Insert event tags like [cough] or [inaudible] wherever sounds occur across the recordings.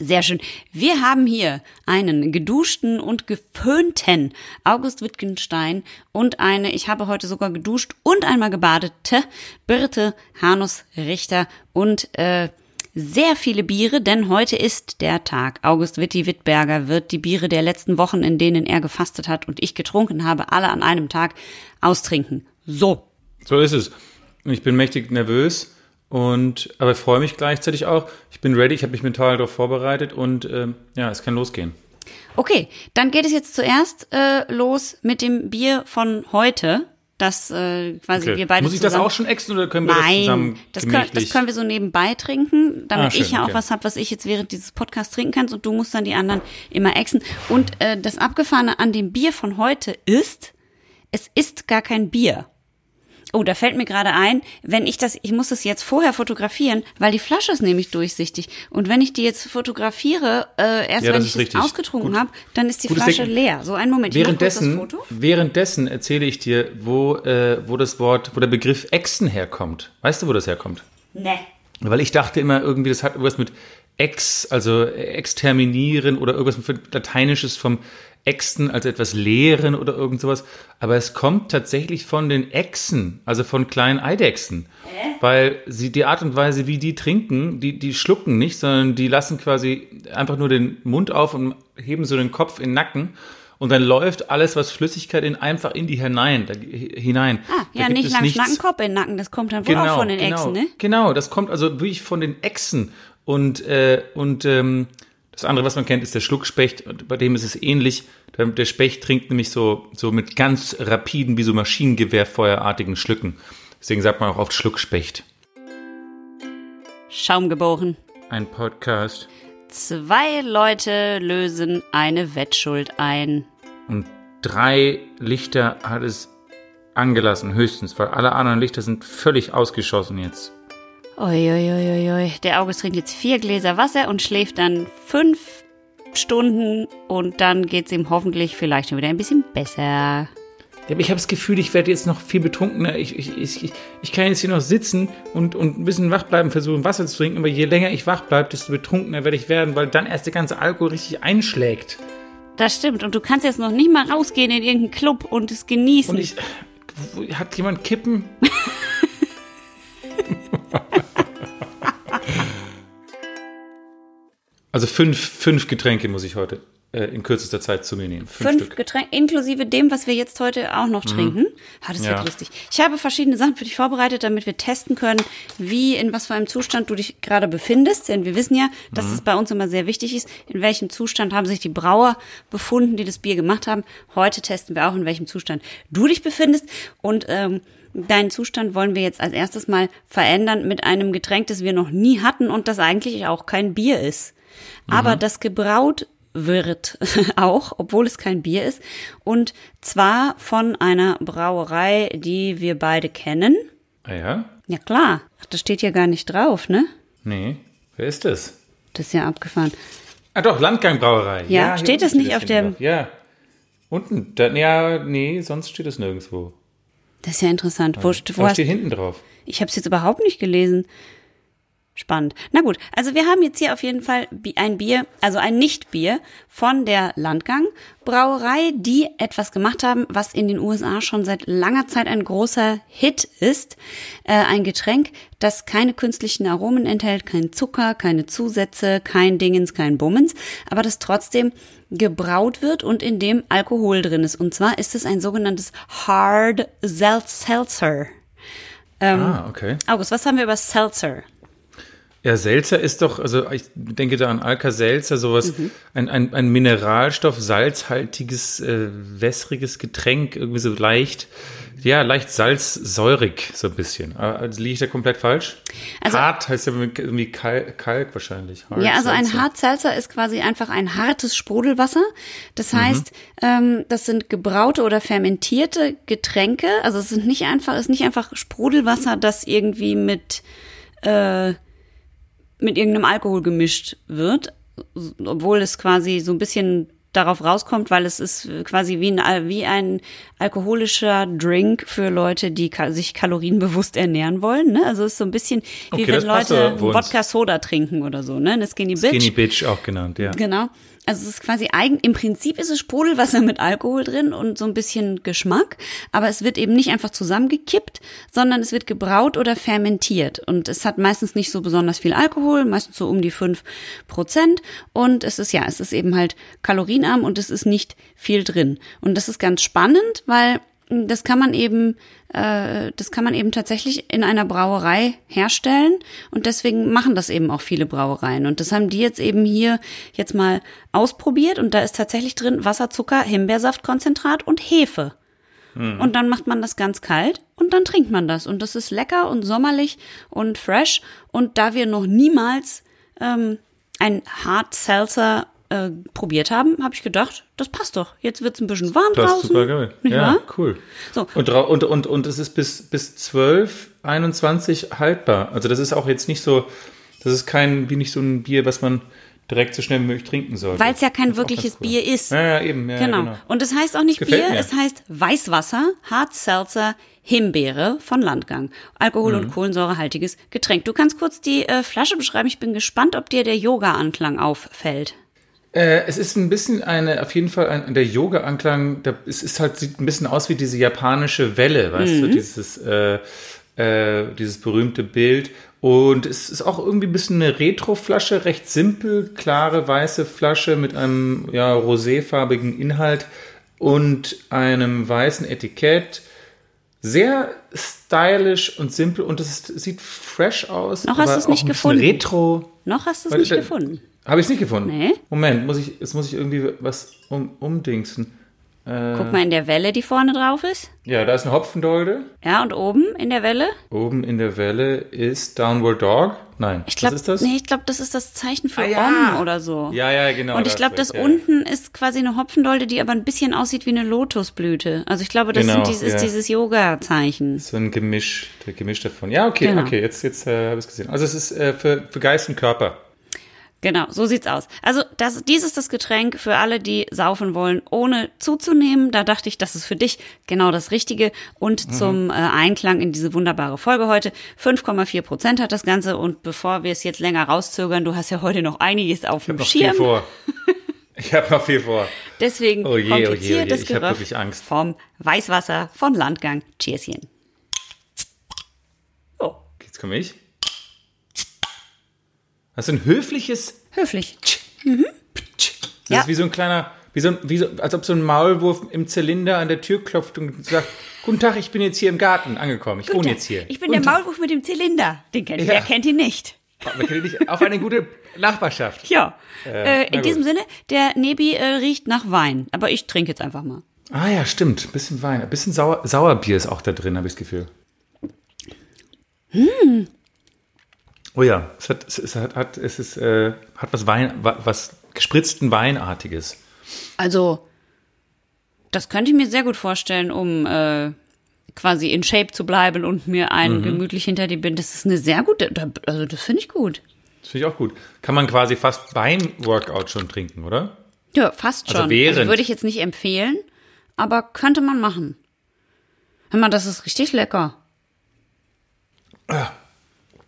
Sehr schön. Wir haben hier einen geduschten und geföhnten August Wittgenstein und eine, ich habe heute sogar geduscht und einmal gebadete, Birte Hanus Richter und äh, sehr viele Biere, denn heute ist der Tag. August Witti Wittberger wird die Biere der letzten Wochen, in denen er gefastet hat und ich getrunken habe, alle an einem Tag austrinken. So. So ist es. Ich bin mächtig nervös und aber freue mich gleichzeitig auch. Ich bin ready, ich habe mich mental darauf vorbereitet und ähm, ja, es kann losgehen. Okay, dann geht es jetzt zuerst äh, los mit dem Bier von heute. Das äh, quasi Okay. wir beide Muss ich das zusammen. auch schon exen oder können wir das Nein, zusammen das können, das gemütlich- können wir so nebenbei trinken, damit Ah, schön, ich ja auch okay. was habe, was ich jetzt während dieses Podcasts trinken kannst und du musst dann die anderen immer exen. Und äh, das Abgefahrene an dem Bier von heute ist, es ist gar kein Bier. Oh, da fällt mir gerade ein, wenn ich das, ich muss das jetzt vorher fotografieren, weil die Flasche ist nämlich durchsichtig. Und wenn ich die jetzt fotografiere, äh, erst Ja, wenn das ich ist es richtig. ausgetrunken Gut. habe, dann ist die Gutes Flasche Denken. leer. So, einen Moment. ich mach kurz Währenddessen, das Foto. währenddessen erzähle ich dir, wo, äh, wo das Wort, wo der Begriff Exen herkommt. Weißt du, wo das herkommt? Nee. Weil ich dachte immer, irgendwie, das hat irgendwas mit Ex, also exterminieren oder irgendwas mit Lateinisches vom Exten, also etwas leeren oder irgend sowas. Aber es kommt tatsächlich von den Echsen, also von kleinen Eidechsen. Weil sie die Art und Weise, wie die trinken, die, die schlucken nicht, sondern die lassen quasi einfach nur den Mund auf und heben so den Kopf in den Nacken. Und dann läuft alles, was Flüssigkeit in, einfach in die hinein. Da, hinein. Ah, Da ja, gibt nicht es lang nichts- schnacken, Kopf in den Nacken. Das kommt dann wohl auch von den genau, Echsen, ne? Genau, das kommt also wirklich von den Echsen. Und, äh, und ähm, das andere, was man kennt, ist der Schluckspecht. Und bei dem ist es ähnlich. Der, der Specht trinkt nämlich so, so mit ganz rapiden, wie so Maschinengewehrfeuerartigen Schlücken. Deswegen sagt man auch oft Schluckspecht. Schaum geboren. Ein Podcast. Zwei Leute lösen eine Wettschuld ein. Und drei Lichter hat es angelassen, höchstens, weil alle anderen Lichter sind völlig ausgeschossen jetzt. Uiuiuiui. Der August trinkt jetzt vier Gläser Wasser und schläft dann fünf Stunden und dann geht's ihm hoffentlich vielleicht schon wieder ein bisschen besser. Ja, aber ich habe das Gefühl, ich werde jetzt noch viel betrunkener. Ich, ich, ich, ich- ich kann jetzt hier noch sitzen und, und ein bisschen wach bleiben, versuchen Wasser zu trinken. Aber je länger ich wach bleibe, desto betrunkener werde ich werden, weil dann erst der ganze Alkohol richtig einschlägt. Das stimmt. Und du kannst jetzt noch nicht mal rausgehen in irgendeinen Club und es genießen. Und ich. äh, Hat jemand Kippen? also fünf, fünf Getränke muss ich heute äh, in kürzester Zeit zu mir nehmen. Fünf, Fünf Stück. Mhm. Getränke, inklusive dem, was wir jetzt heute auch noch trinken. Ah, das Ja. wird lustig. Ich habe verschiedene Sachen für dich vorbereitet, damit wir testen können, wie, in was für einem Zustand du dich gerade befindest. Denn wir wissen ja, dass Mhm. es bei uns immer sehr wichtig ist, in welchem Zustand haben sich die Brauer befunden, die das Bier gemacht haben. Heute testen wir auch, in welchem Zustand du dich befindest. Und ähm, deinen Zustand wollen wir jetzt als erstes mal verändern mit einem Getränk, das wir noch nie hatten und das eigentlich auch kein Bier ist aber das gebraut wird [laughs] auch, obwohl es kein Bier ist. Und zwar von einer Brauerei, die wir beide kennen. Ah ja? Ja klar, Ach, das steht ja gar nicht drauf, ne? Nee. Wer ist das? Das ist ja abgefahren. Ah doch, Landgangbrauerei. Ja, hier steht unten das nicht auf hinten dem- drauf. Ja. Unten, da, ja, nee, sonst steht es nirgendwo. Das ist ja interessant. Wo, wo Was hast, steht hinten drauf? ich habe es jetzt überhaupt nicht gelesen. Spannend. Na gut, also wir haben jetzt hier auf jeden Fall Bi- ein Bier, also ein Nicht-Bier von der Landgang Brauerei, die etwas gemacht haben, was in den USA schon seit langer Zeit ein großer Hit ist. Äh, ein Getränk, das keine künstlichen Aromen enthält, kein Zucker, keine Zusätze, kein Dingens, kein Bummens, aber das trotzdem gebraut wird und in dem Alkohol drin ist. Und zwar ist es ein sogenanntes Hard Sel- Seltzer. Ähm, ah, okay. August, was haben wir über Seltzer? Ja, Selzer ist doch, also ich denke da an Alka-Selzer, sowas, Mhm. ein, ein, ein Mineralstoff, salzhaltiges, äh, wässriges Getränk, irgendwie so leicht, ja, leicht salzsäurig, so ein bisschen. Aber, Also liege ich da komplett falsch? Also- Hart heißt ja irgendwie Kalk, Kalk wahrscheinlich. Hard Ja, also ein Seltzer. Hartsalzer ist quasi einfach ein hartes Sprudelwasser. Das Mhm. heißt, ähm, das sind gebraute oder fermentierte Getränke. Also es sind nicht einfach, ist nicht einfach Sprudelwasser, das irgendwie mit äh, mit irgendeinem Alkohol gemischt wird, obwohl es quasi so ein bisschen darauf rauskommt, weil es ist quasi wie ein, wie ein alkoholischer Drink für Leute, die ka sich kalorienbewusst ernähren wollen. Ne? Also es ist so ein bisschen wie Okay, wenn das passt Leute aber für uns. Wodka-Soda trinken oder so, ne? Eine Skinny Bitch. Skinny Bitch auch genannt, ja. Genau. Also es ist quasi eigen, im Prinzip ist es Sprudelwasser mit Alkohol drin und so ein bisschen Geschmack, aber es wird eben nicht einfach zusammengekippt, sondern es wird gebraut oder fermentiert und es hat meistens nicht so besonders viel Alkohol, meistens so um die fünf Prozent und es ist ja, es ist eben halt kalorienarm und es ist nicht viel drin und das ist ganz spannend, weil mh, das kann man eben äh, das kann man eben tatsächlich in einer Brauerei herstellen und deswegen machen das eben auch viele Brauereien und das haben die jetzt eben hier jetzt mal ausprobiert und da ist tatsächlich drin Wasser, Zucker, Himbeersaftkonzentrat und Hefe. Hm. Und dann macht man das ganz kalt und dann trinkt man das und das ist lecker und sommerlich und fresh und da wir noch niemals ähm, ein Hard Seltzer äh, probiert haben, habe ich gedacht, das passt doch. Jetzt wird's ein bisschen warm Das ist draußen. super geil. Nicht Ja, wahr? cool. So. Und, drau- und, und, und es ist bis, bis 12, 21 haltbar. Also das ist auch jetzt nicht so, das ist kein, wie nicht so ein Bier, was man direkt so schnell wie möglich trinken sollte. Weil es ja kein Das ist auch wirkliches ganz cool. Bier ist. Ja, ja eben. Ja, Genau. genau. genau. Und es heißt auch nicht Gefällt Bier, mir. es heißt Weißwasser, Hartselzer, Himbeere von Landgang. Alkohol- Mhm. und kohlensäurehaltiges Getränk. Du kannst kurz die äh, Flasche beschreiben. Ich bin gespannt, ob dir der Yoga-Anklang auffällt. Äh, es ist ein bisschen eine, auf jeden Fall ein, der Yoga-Anklang, da- es ist halt, sieht ein bisschen aus wie diese japanische Welle, weißt Mhm. du, dieses, äh, äh, dieses berühmte Bild. Und es ist auch irgendwie ein bisschen eine Retro-Flasche, recht simpel, klare weiße Flasche mit einem ja, roséfarbigen Inhalt und einem weißen Etikett. Sehr stylisch und simpel und es ist- sieht fresh aus. Noch hast aber du es nicht auch ein bisschen gefunden. Retro. Noch hast du es Weil- äh, nicht da- gefunden. Habe ich es nicht gefunden? Nee. Moment, muss ich, jetzt muss ich irgendwie was um, umdingsen. äh, Guck mal in der Welle, die vorne drauf ist. Ja, da ist eine Hopfendolde. Ja, und oben in der Welle. Oben in der Welle ist Downward Dog. Nein, Ich glaub, was ist das? Nee, ich glaube, das ist das Zeichen für Ah, ja. Om oder so. Ja, ja, genau. Und da ich hast glaube, du das recht, ja, ja. unten ist quasi eine Hopfendolde, die aber ein bisschen aussieht wie eine Lotusblüte. Also ich glaube, das Genau, sind, dies- ist ja. dieses Yoga-Zeichen. So ein Gemisch, der Gemisch davon. Ja, okay, Genau. okay, jetzt, jetzt äh, habe ich es gesehen. Also es ist äh, für, für Geist und Körper. Genau, so sieht's aus. Also das, dies ist das Getränk für alle, die saufen wollen, ohne zuzunehmen. Da dachte ich, das ist für dich genau das Richtige. Und Mhm. zum äh, Einklang in diese wunderbare Folge heute. 5,4 Prozent hat das Ganze. Und bevor wir es jetzt länger rauszögern, du hast ja heute noch einiges auf dem Noch Schirm. viel vor. [laughs] Ich habe noch viel vor. Deswegen Oh je, oh je, oh je, kompliziertes ich hab Geröff wirklich Angst. vom Weißwasser von Landgang. Cheerschen. Oh, Jetzt komme ich. Hast du ein höfliches höflich. Mhm. Das Ja. ist wie so ein kleiner, wie so, ein- wie so, als ob so ein Maulwurf im Zylinder an der Tür klopft [laughs] und sagt, guten Tag, ich bin jetzt hier im Garten angekommen, ich wohne jetzt hier. Ich bin der Guten Maulwurf mit dem Zylinder. Den kennt, Ja. Wer kennt ihn nicht? Tag. Man kennt dich auf eine gute Nachbarschaft. Ja. Äh, Äh, na in diesem gut. Sinne, der Nebi äh, riecht nach Wein. Aber ich trinke jetzt einfach mal. Ah ja, stimmt, ein bisschen Wein, ein bisschen Sauer, Sauerbier ist auch da drin, habe ich das Gefühl. Hm. Oh ja, es hat, es, es hat, hat, es ist, äh, hat was Wein, wa- was gespritzten Weinartiges. Also, das könnte ich mir sehr gut vorstellen, um äh, quasi in Shape zu bleiben und mir einen Mhm. gemütlich hinter die Binde. Das ist eine sehr gute, da- also das finde ich gut. Das finde ich auch gut. Kann man quasi fast beim Workout schon trinken, oder? Ja, fast schon. Also während. würde ich jetzt nicht empfehlen, aber könnte man machen. Hör mal, das ist richtig lecker. Also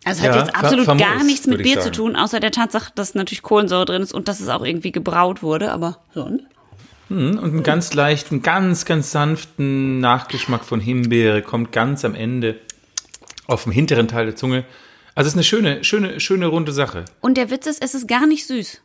es hat Ja, jetzt absolut ver- gar famos, nichts mit würde ich Bier zu sagen. tun, außer der Tatsache, dass natürlich Kohlensäure drin ist und dass es auch irgendwie gebraut wurde, aber ne? sonst. Und einen ganz leichten, ganz, ganz sanften Nachgeschmack von Himbeere kommt ganz am Ende auf dem hinteren Teil der Zunge. Also es ist eine schöne, schöne, schöne runde Sache. Und der Witz ist, es ist gar nicht süß.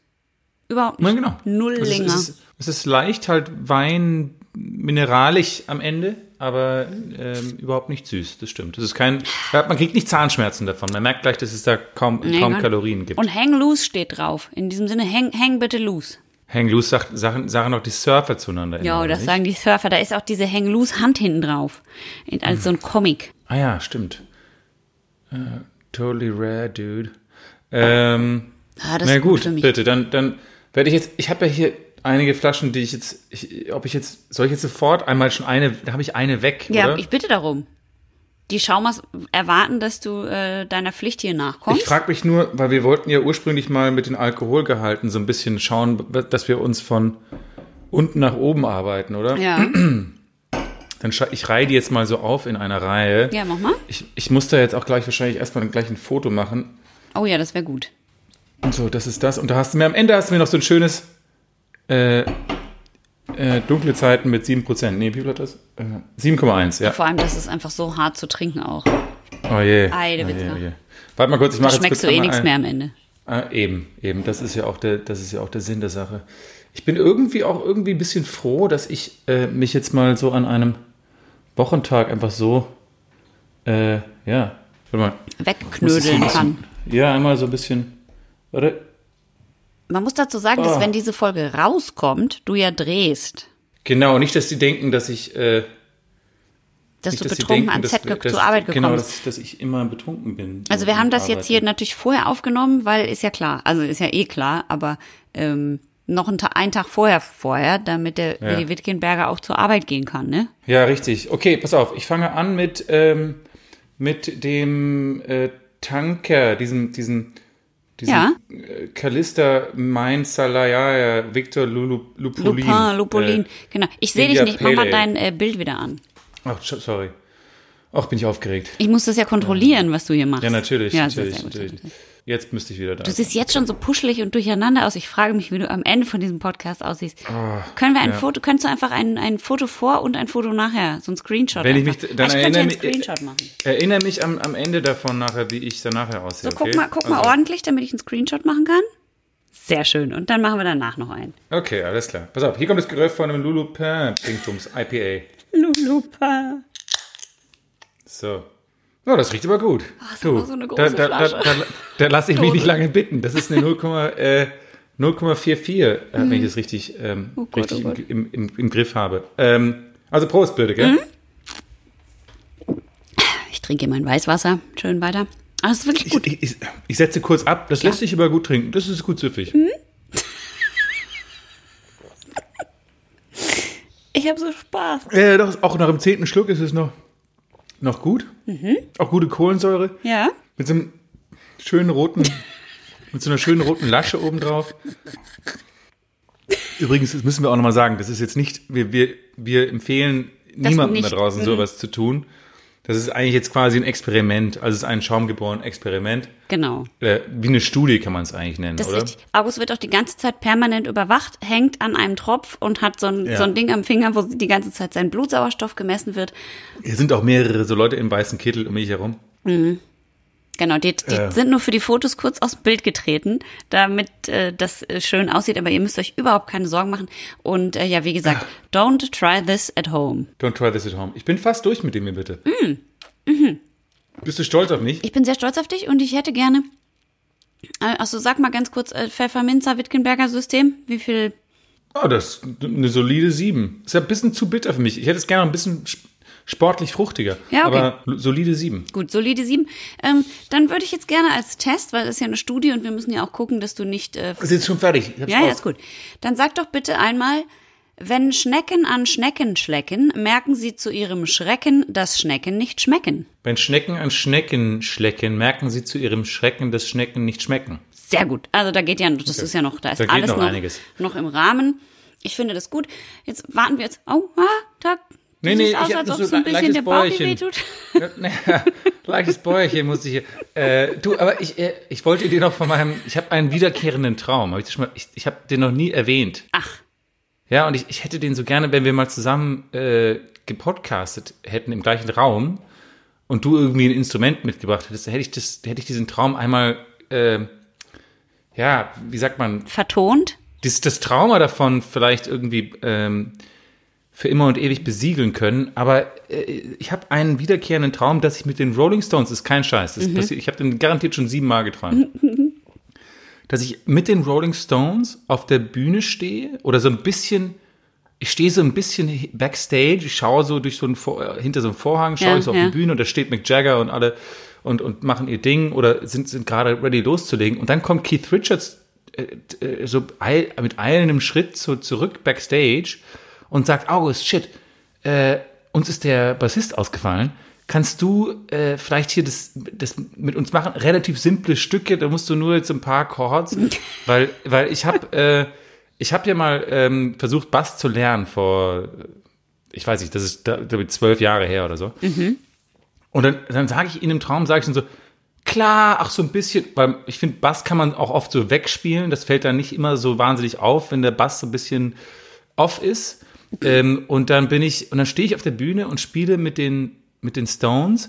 Überhaupt nicht. Ja, genau. Null Es ist, länger. es, ist, es ist leicht halt Wein mineralisch am Ende, aber ähm, überhaupt nicht süß. Das stimmt. Das ist kein, ja, man kriegt nicht Zahnschmerzen davon. Man merkt gleich, dass es da kaum, kaum Mann. Kalorien gibt. Und Hang Loose steht drauf. In diesem Sinne, hang, hang bitte loose. Hang loose sagt, sagen, sagen auch die Surfer zueinander. immer, Ja, oder das nicht? sagen die Surfer. Da ist auch diese Hang Loose Hand hinten drauf. In- Als so ein Comic. Ah ja, stimmt. Äh, totally rare, dude. Ähm, Ah, das na ist gut, gut, für mich. bitte, dann, dann werde ich jetzt, ich habe ja hier einige Flaschen, die ich jetzt, ich, ob ich jetzt, soll ich jetzt sofort einmal schon eine, da habe ich eine weg, Ja, oder? ich bitte darum. Die Schaumers erwarten, dass du äh, deiner Pflicht hier Ich nachkommst. frage mich nur, weil wir wollten ja ursprünglich mal mit den Alkoholgehalten so ein bisschen schauen, dass wir uns von unten nach oben arbeiten, oder? Ja. Dann schrei- ich reihe die jetzt mal so auf in einer Reihe. Ja, mach mal. Ich, ich muss da jetzt auch gleich wahrscheinlich erstmal gleich ein Foto machen. Oh ja, das wäre gut. Und so, das ist das. Und da hast du mir am Ende hast du mir noch so ein schönes äh, äh, dunkle Zeiten mit 7%. Nee, wie bleibt das? Äh, 7,1, ja. Vor allem, das ist einfach so hart zu trinken auch. Oh je. Ei, der oh je, Witzker. oh je. Warte mal kurz, ich Da mache jetzt kurz schmeckst du eh einmal nichts ein- mehr am Ende. Ah, eben, eben. Das ist ja auch der, das ist ja auch der Sinn der Sache. Ich bin irgendwie auch irgendwie ein bisschen froh, dass ich äh, mich jetzt mal so an einem Wochentag einfach so, äh, ja, warte mal. muss das so ein Wegknödeln bisschen- kann. Ja, einmal so ein bisschen. Warte. Man muss dazu sagen, dass Ah. wenn diese Folge rauskommt, du ja drehst. Genau, nicht, dass die denken, dass ich, äh, Dass nicht, du dass die betrunken denken, ans Set dass, ge- dass, zur Arbeit gekommen Genau, bist. dass, dass ich immer betrunken bin. Also wir haben das Arbeiten. jetzt hier natürlich vorher aufgenommen, weil ist ja klar, also ist ja eh klar, aber ähm, noch ein Ta einen Tag vorher vorher, damit der Ja. Willi Wittgenberger auch zur Arbeit gehen kann, ne? Ja, richtig. Okay, pass auf. Ich fange an mit, ähm, mit dem äh, Tanker, diesem, diesem, diesem Ja. äh, Kalista Main Salaya, Victor Lulu, Lupulin. Lupin, Lupolin, Äh, genau. Ich sehe dich India nicht, mach mal Pale dein äh, Bild wieder an. ach, sch- sorry. Ach, bin ich aufgeregt. Ich muss das ja kontrollieren, was du hier machst. Ja, natürlich, Ja, sehr, natürlich, sehr gut. natürlich. Jetzt müsste ich wieder da Du siehst jetzt schon so puschelig und durcheinander aus. Ich frage mich, wie du am Ende von diesem Podcast aussiehst. Können wir ein Ah, ja. Foto, könntest du einfach ein, ein Foto vor und ein Foto nachher, so ein Screenshot Wenn ich einfach. Also mich dann ich könnte ja einen erinnere mich- äh, Screenshot machen. Erinnere mich am, am Ende davon nachher, wie ich danach aussehe. So, guck okay? Also, mal, guck mal ordentlich, damit ich einen Screenshot machen kann. Sehr schön. Und dann machen wir danach noch einen. Okay, alles klar. Pass auf, hier kommt das Geräusch von einem Lulupin-Dingsbums, IPA. Lulupa. So. Ja, das riecht aber gut. Ach, Ah, ist aber so eine große da, da, da, Flasche. da, da lasse ich mich Dose. nicht lange bitten. Das ist eine 0,44, äh, 0,44, äh, wenn ich das richtig, ähm, Gott, richtig Mhm. oh Gott. Mhm, Im, im, im, im Griff habe. Ähm, also Prost, bitte, gell? Ich trinke hier mein Weißwasser. Schön weiter. Ah, das ist wirklich gut. Gut, ich, ich, ich setze kurz ab. Das lässt sich aber gut trinken. Das ist gut süffig. Mhm. Ich habe so Spaß. Äh, doch, auch nach dem zehnten Schluck ist es noch, noch gut. Mhm. Auch gute Kohlensäure. Ja? Mit so einem [laughs] schönen roten, mit so einer schönen roten Lasche obendrauf. Übrigens, das müssen wir auch nochmal sagen, das ist jetzt nicht, wir, wir, wir empfehlen niemandem nicht, Mhm. da draußen sowas zu tun. Das ist eigentlich jetzt quasi ein Experiment, also es ist ein schaumgeborenes Experiment. Genau. Äh, wie eine Studie kann man es eigentlich nennen, Das ist oder? richtig. August wird auch die ganze Zeit permanent überwacht, hängt an einem Tropf und hat so ein, Ja. so ein Ding am Finger, wo die ganze Zeit sein Blutsauerstoff gemessen wird. Hier sind auch mehrere so Leute im weißen Kittel um mich herum. Genau, die, die Äh. sind nur für die Fotos kurz aus dem Bild getreten, damit äh, das äh, schön aussieht. Aber ihr müsst euch überhaupt keine Sorgen machen. Und äh, ja, wie gesagt, don't try this at home. Don't try this at home. Ich bin fast durch mit dem hier, bitte. Mm. Mhm. Bist du stolz auf mich? Ich bin sehr stolz auf dich und ich hätte gerne. äh, Also sag mal ganz kurz, äh, Pfefferminzer Wittgenberger System, wie viel? Ah, das ist eine solide 7. Ist ja ein bisschen zu bitter für mich. Ich hätte es gerne ein bisschen sp- sportlich fruchtiger. Ja, okay. Aber l- solide 7. Gut, solide sieben. Ähm, dann würde ich jetzt gerne als Test, weil das ist ja eine Studie und wir müssen ja auch gucken, dass du nicht. Äh, Ist jetzt schon fertig. Ich hab's ja, ja, raus. ist gut. Dann sag doch bitte einmal, wenn Schnecken an Schnecken schlecken, merken sie zu ihrem Schrecken, dass Schnecken nicht schmecken. Wenn Schnecken an Schnecken schlecken, merken sie zu ihrem Schrecken, dass Schnecken nicht schmecken. Sehr gut. Also da geht ja, noch- das ist ja noch, da ist Da geht alles noch noch, einiges. noch im Rahmen. Ich finde das gut. Jetzt warten wir jetzt. Oh, ah, da. Nee, das nee, sieht aus, ich hab als nur ob so es ein ein bisschen leichtes der Bauch Bäuerchen. wehtut. Ja, naja, Leichtes Bäuerchen musste ich hier. Äh, du, aber ich, äh, ich wollte dir noch von meinem. Ich habe einen wiederkehrenden Traum. Hab ich dir schon mal- ich, ich habe den noch nie erwähnt. Ach, Ja, und ich, ich hätte den so gerne, wenn wir mal zusammen äh, gepodcastet hätten im gleichen Raum und du irgendwie ein Instrument mitgebracht hättest, dann hätte ich, das, hätte ich diesen Traum einmal, äh, ja, wie sagt man, vertont. das, das Trauma davon vielleicht irgendwie ähm, für immer und ewig besiegeln können. Aber äh, ich habe einen wiederkehrenden Traum, dass ich mit den Rolling Stones, das ist kein Scheiß, das passiert, ich habe den garantiert schon siebenmal geträumt, dass ich mit den Rolling Stones auf der Bühne stehe oder so ein bisschen. Ich stehe so ein bisschen backstage, ich schaue so durch so einen Vor äh, hinter so einem Vorhang, schaue Ja, ich so auf ja. die Bühne und da steht Mick Jagger und alle und, und machen ihr Ding oder sind, sind gerade ready loszulegen. Und dann kommt Keith Richards äh, so eil, mit eilendem Schritt so zurück backstage und sagt, August, shit, äh, uns ist der Bassist ausgefallen. Kannst du äh, vielleicht hier das, das mit uns machen? Relativ simple Stücke, da musst du nur jetzt ein paar Chords, weil, weil ich habe äh, Ich habe ja mal ähm, versucht, Bass zu lernen vor, ich weiß nicht, das ist da- glaube ich, zwölf Jahre her oder so. Und dann, dann sage ich in im Traum, sage ich dann so, klar, ach so ein bisschen, weil ich finde, Bass kann man auch oft so wegspielen. Das fällt dann nicht immer so wahnsinnig auf, wenn der Bass so ein bisschen off ist. Ähm, und dann bin ich, und dann stehe ich auf der Bühne und spiele mit den, mit den Stones.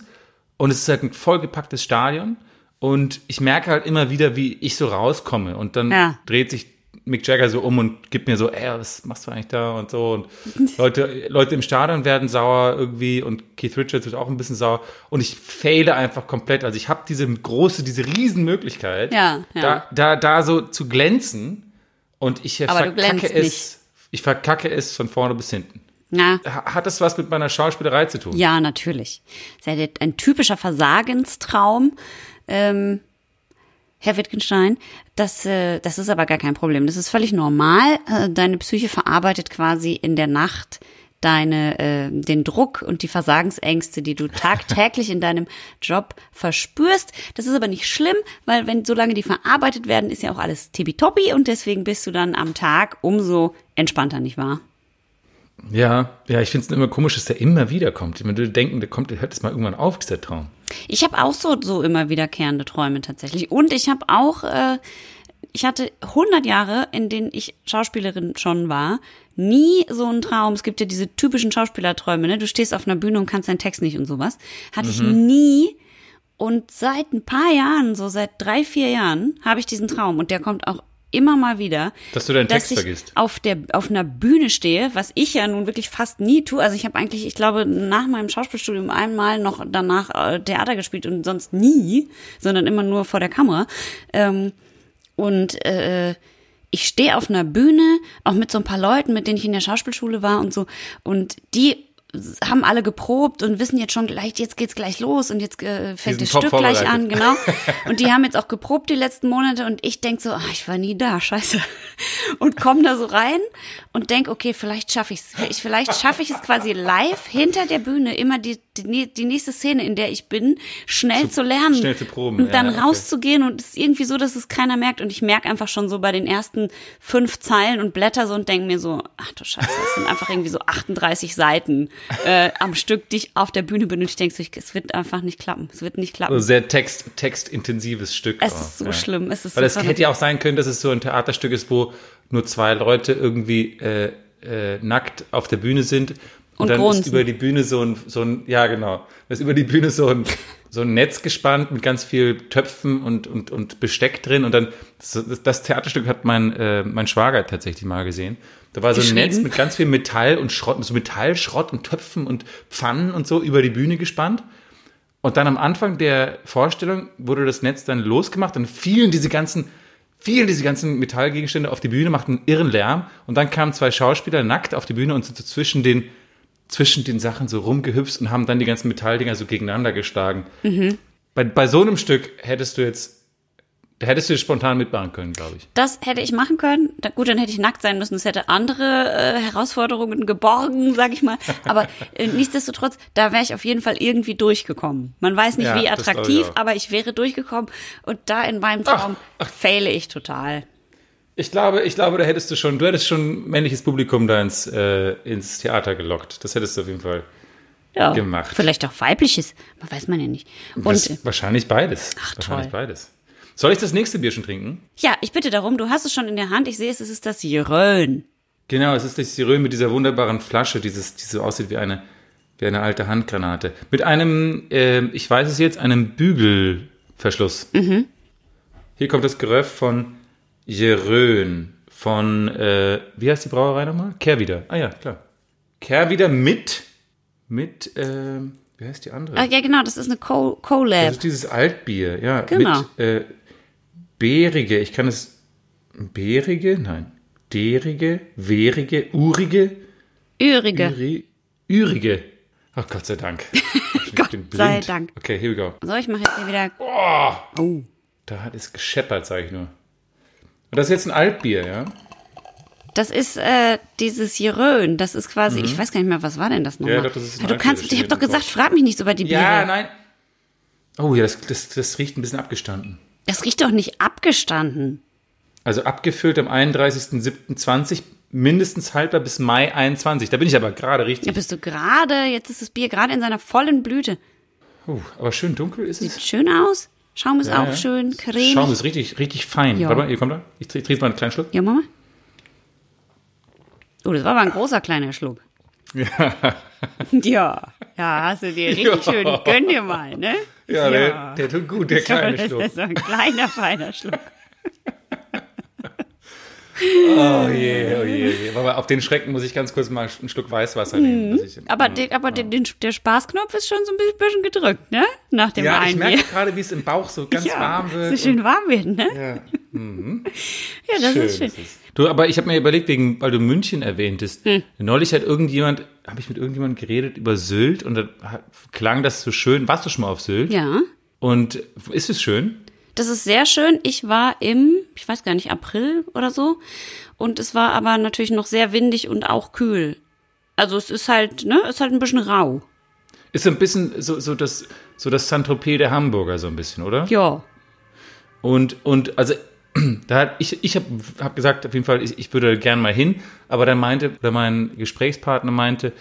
Und es ist halt ein vollgepacktes Stadion. Und ich merke halt immer wieder, wie ich so rauskomme. Und dann Ja. dreht sich Mick Jagger so um und gibt mir so, ey, was machst du eigentlich da und so. Und Leute, Leute im Stadion werden sauer irgendwie und Keith Richards wird auch ein bisschen sauer. Und ich fehle einfach komplett. Also ich habe diese große, diese Riesenmöglichkeit, Ja, ja. Da, da, da so zu glänzen. Und ich Aber du verkacke glänzt es. nicht. Ich verkacke es von vorne bis hinten. Na, Ha- Hat das was mit meiner Schauspielerei zu tun? ja, natürlich. Seid ihr ein typischer Versagenstraum, ähm, Herr Wittgenstein. Das, äh, das ist aber gar kein Problem. Das ist völlig normal. Äh, Deine Psyche verarbeitet quasi in der Nacht deine äh, den Druck und die Versagensängste, die du tagtäglich in deinem Job verspürst. Das ist aber nicht schlimm, weil wenn solange die verarbeitet werden, ist ja auch alles tippitoppi und deswegen bist du dann am Tag umso entspannter, nicht wahr? Ja, ja, ich finde es immer komisch, dass der immer wieder kommt. Ich würde denken, der kommt, der hört es mal irgendwann auf, dieser Traum. Ich habe auch so, so immer wiederkehrende Träume tatsächlich. Und ich habe auch, äh, ich hatte 100 Jahre, in denen ich Schauspielerin schon war, nie so einen Traum. Es gibt ja diese typischen Schauspielerträume, ne? Du stehst auf einer Bühne und kannst deinen Text nicht und sowas. Hatte ich Mhm. nie. Und seit ein paar Jahren, so seit drei, vier Jahren, habe ich diesen Traum und der kommt auch immer mal wieder. Dass du deinen dass Text ich vergisst. Auf der, auf einer Bühne stehe, was ich ja nun wirklich fast nie tue. Also ich habe eigentlich, ich glaube, nach meinem Schauspielstudium einmal noch danach äh, Theater gespielt und sonst nie, sondern immer nur vor der Kamera. Ähm, und äh, ich stehe auf einer Bühne, auch mit so ein paar Leuten, mit denen ich in der Schauspielschule war und so. Und die s- haben alle geprobt und wissen jetzt schon gleich, jetzt geht's gleich los und jetzt äh, fängt sind das top Stück gleich vorbereitet. an, [laughs] genau. Und die haben jetzt auch geprobt die letzten Monate und ich denk so, ah, ich war nie da, scheiße. [laughs] Und komm da so rein und denk, okay, vielleicht schaffe ich's. Ich, vielleicht schaffe ich es quasi live hinter der Bühne immer die, die, nä- die nächste Szene, in der ich bin, schnell zu, lernen. schnell zu proben, Und dann ja, okay. rauszugehen und es ist irgendwie so, dass es keiner merkt. Und ich merk einfach schon so bei den ersten fünf Zeilen und Blätter so und denk mir so, ach du Scheiße, das sind einfach irgendwie so 38 Seiten äh, am Stück, die ich auf der Bühne bin. Und ich denk so, ich, es wird einfach nicht klappen. Es wird nicht klappen. Also sehr text, textintensives Stück. Es auch, ist so schlimm, es ist Weil es super- hätte ja auch sein können, dass es so ein Theaterstück ist, wo nur zwei Leute irgendwie äh, äh, nackt auf der Bühne sind und, Und dann ist grunzen. über die Bühne so ein, so ein ja genau, Da ist über die Bühne so ein, so ein Netz gespannt mit ganz viel Töpfen und, und, und Besteck drin und dann das, das Theaterstück hat mein, äh, mein Schwager tatsächlich mal gesehen. Da war so ein Geschrieben? Netz mit ganz viel Metall und Schrott, so Metallschrott und Töpfen und Pfannen und so über die Bühne gespannt. Und dann am Anfang der Vorstellung wurde das Netz dann losgemacht und fielen diese ganzen, fielen diese ganzen Metallgegenstände auf die Bühne, machten einen irren Lärm und dann kamen zwei Schauspieler nackt auf die Bühne und sind so zwischen den, zwischen den Sachen so rumgehüpft und haben dann die ganzen Metalldinger so gegeneinander geschlagen. Mhm. Bei, bei so einem Stück hättest du jetzt, da hättest du jetzt spontan mitmachen können, glaube ich. Das hätte ich machen können. Da, gut, dann hätte ich nackt sein müssen. Es hätte andere äh, Herausforderungen geborgen, sag ich mal. Aber äh, nichtsdestotrotz, da wäre ich auf jeden Fall irgendwie durchgekommen. Man weiß nicht, Ja, wie das glaub ich attraktiv, auch. aber ich wäre durchgekommen. Und da in meinem Traum fehle ich total. Ich glaube, ich glaube, da hättest du schon, du hättest schon männliches Publikum da ins, äh, ins Theater gelockt. Das hättest du auf jeden Fall. Ja, Gemacht. Vielleicht auch weibliches, man weiß man ja nicht. Und äh, das, wahrscheinlich beides. Ach, wahrscheinlich toll. beides. Soll ich das nächste Bier schon trinken? ja, ich bitte darum, du hast es schon in der Hand. Ich sehe es, es ist das Jörön. Genau, es ist das Sirö mit dieser wunderbaren Flasche, dieses, die so aussieht wie eine, wie eine alte Handgranate. Mit einem, ähm, ich weiß es jetzt, einem Bügelverschluss. Mhm. Hier kommt das Geröff von Jerön von, äh, wie heißt die Brauerei nochmal? Kehrwieder. Ah ja, klar. Kehrwieder mit, mit, ähm, wie heißt die andere? Ah, ja, genau, das ist eine Co Colab. Das ist dieses Altbier, ja. Genau. Mit äh, Beerige, ich kann es. Beerige? Nein. Derige, Werige, Urige, Ürige. Üri, Ürige. Ach Gott [laughs] sei Dank. Ich Gott bin sei blind. Dank. Okay, here we go. So, ich mache jetzt hier wieder. oh. Da hat es gescheppert, sage ich nur. Und das ist jetzt ein Altbier, ja? Das ist äh, dieses Jirön. Das ist quasi, ich weiß gar nicht mehr, was war denn das nochmal? Mhm. Ja, doch, das ist ein du kannst, Altbier, ich habe doch das steht gesagt, frag mich nicht so über die Biere. Ja, nein. Oh ja, das, das, das riecht ein bisschen abgestanden. Das riecht doch nicht abgestanden. Also abgefüllt am 31.07.20, mindestens haltbar bis Mai 21. Da bin ich aber gerade richtig. Ja, bist du gerade, jetzt ist das Bier gerade in seiner vollen Blüte. Uh, aber schön dunkel ist Sieht es. schön aus. Schaum ist Ja, auch ja. schön cremig. Schaum ist richtig, richtig fein. Ja. Warte mal, hier kommt er. Ich trinke jetzt mal einen kleinen Schluck. Ja, Mama? Oh, das war aber ein großer kleiner Schluck. Ja. [laughs] Ja, ja hast du dir richtig Ja. schön. Gönn dir mal, ne? Ja, Der, der tut [laughs] gut, der kleine das Schluck. ist so ein kleiner, feiner Schluck. Oh je, oh je, oh je. Aber auf den Schrecken muss ich ganz kurz mal einen Schluck Weißwasser Mhm. nehmen. dass Ich, Aber, den, aber den, den, der Spaßknopf ist schon so ein bi- bisschen gedrückt, ne? Nach dem ja, ich einen merke Bier. gerade, wie es im Bauch so ganz Ja, warm wird. so schön warm werden, ne? Ja. Mhm. Ja, das Schön ist schön. ist es. Du, aber ich habe mir überlegt, wegen, weil du München erwähntest, Hm. neulich hat irgendjemand, habe ich mit irgendjemandem geredet über Sylt und da hat- klang das so schön. Warst du schon mal auf Sylt? Ja, Und ist es schön? das ist sehr schön. Ich war im, ich weiß gar nicht, April oder so. Und es war aber natürlich noch sehr windig und auch kühl. Also es ist halt, ne, ist halt ein bisschen rau. Ist so ein bisschen so, so das, so das Saint-Tropez der Hamburger so ein bisschen, oder? Ja. Und, und also [clears throat] da hat, ich, ich habe hab gesagt, auf jeden Fall, ich, ich würde gern mal hin, aber dann meinte, oder mein Gesprächspartner meinte,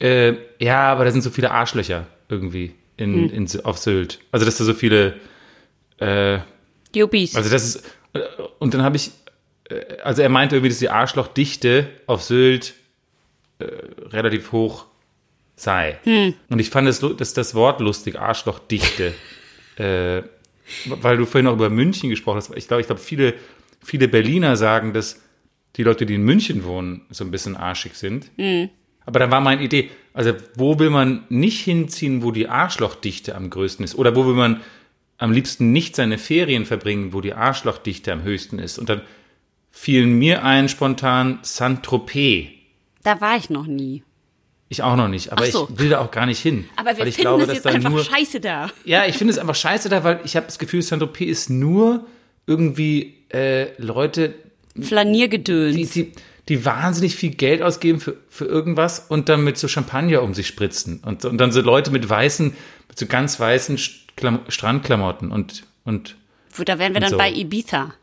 äh, ja, aber da sind so viele Arschlöcher irgendwie in, in, Sy- auf Sylt. Also, dass da so viele, äh, Juppies. also das ist, äh, und dann habe ich, äh, also er meinte irgendwie, dass die Arschlochdichte auf Sylt äh, relativ hoch sei. Und ich fand das, lu- das, das Wort lustig, Arschlochdichte. [laughs] äh, weil du vorhin auch über München gesprochen hast. Ich glaube, ich glaube, viele, viele Berliner sagen, dass die Leute, die in München wohnen, so ein bisschen arschig sind. Aber dann war meine Idee, also wo will man nicht hinziehen, wo die Arschlochdichte am größten ist? Oder wo will man am liebsten nicht seine Ferien verbringen, wo die Arschlochdichte am höchsten ist? Und dann fielen mir ein spontan Saint-Tropez. da war ich noch nie. Ich auch noch nicht, aber Ach so. ich will da auch gar nicht hin. Aber wir weil ich finden glaube, es dass jetzt da einfach nur, scheiße da. Ja, ich finde es einfach scheiße da, weil ich habe das Gefühl, Saint-Tropez ist nur irgendwie äh, Leute, die, Flaniergedöns. die, die wahnsinnig viel Geld ausgeben für, für irgendwas und dann mit so Champagner um sich spritzen. Und, und dann so Leute mit weißen, mit so ganz weißen Sch- Klam Strandklamotten und, und Da wären wir dann so. bei Ibiza.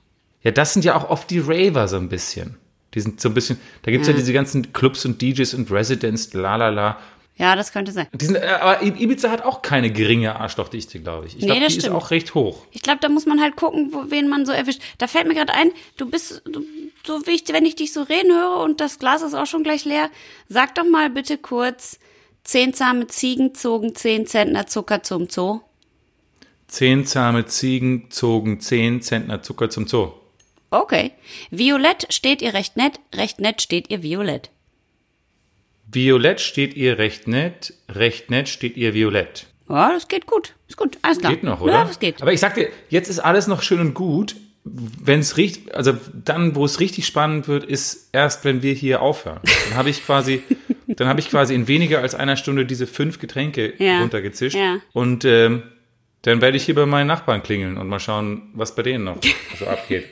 ja, das sind ja auch oft die Raver so ein bisschen. Die sind so ein bisschen, da gibt's Mhm. ja diese ganzen Clubs und DJs und Residents, la la la. Ja, das könnte sein. Die sind, äh, aber I- Ibiza hat auch keine geringe Arschlochdichte, glaube ich. Ich Nee, glaube, die das ist stimmt. auch recht hoch. Ich glaube, da muss man halt gucken, wo, wen man so erwischt. Da fällt mir gerade ein, du bist du, so wie ich, wenn ich dich so reden höre und das Glas ist auch schon gleich leer, sag doch mal bitte kurz, zehn zahme Ziegen zogen zehn Zentner Zucker zum Zoo. Zehn zahme Ziegen zogen zehn Zentner Zucker zum Zoo. Okay. Violett steht ihr recht nett, recht nett steht ihr violett. Violett steht ihr recht nett, recht nett steht ihr violett. Ja, das geht gut. Ist gut, alles klar. Geht noch, oder? Ja, das geht. Aber ich sag dir, jetzt ist alles noch schön und gut. Wenn es richtig, also dann, wo es richtig spannend wird, ist erst, wenn wir hier aufhören. Dann habe ich [laughs] quasi, dann habe ich quasi in weniger als einer Stunde diese fünf Getränke Ja. runtergezischt. Ja. Und ähm, dann werde ich hier bei meinen Nachbarn klingeln und mal schauen, was bei [laughs] denen noch so abgeht.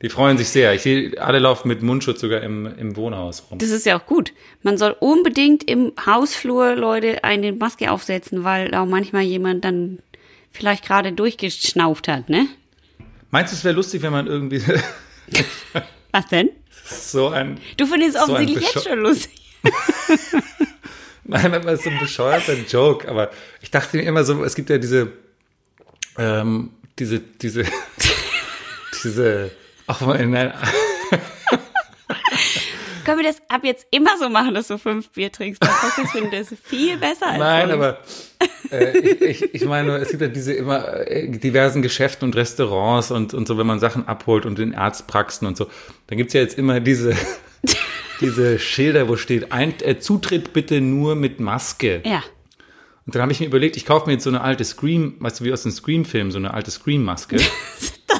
Die freuen sich sehr. Ich sehe, alle laufen mit Mundschutz sogar im, im Wohnhaus rum. Das ist ja auch gut. Man soll unbedingt im Hausflur Leute eine Maske aufsetzen, weil da manchmal jemand dann vielleicht gerade durchgeschnauft hat, ne? Meinst du, es wäre lustig, wenn man irgendwie [laughs] Was denn? so ein Du findest es So ein offensichtlich jetzt Bescheu- schon lustig. Nein, aber so ein bescheuerter Joke. Aber ich dachte mir immer so, es gibt ja diese, ähm, diese, diese, [laughs] diese, auch mal, nein, Können wir das ab jetzt immer so machen, dass du fünf Bier trinkst? Bei Cocktails finde ich das viel besser als nein, uns. aber äh, ich, ich, ich meine, es gibt ja diese immer äh, diversen Geschäften und Restaurants und, und so, wenn man Sachen abholt und in Arztpraxen und so, dann gibt's ja jetzt immer diese, diese Schilder, wo steht, ein, äh, Zutritt bitte nur mit Maske. Ja. Und dann habe ich mir überlegt, ich kaufe mir jetzt so eine alte Scream, weißt du, wie aus dem Scream-Film, so eine alte Scream-Maske.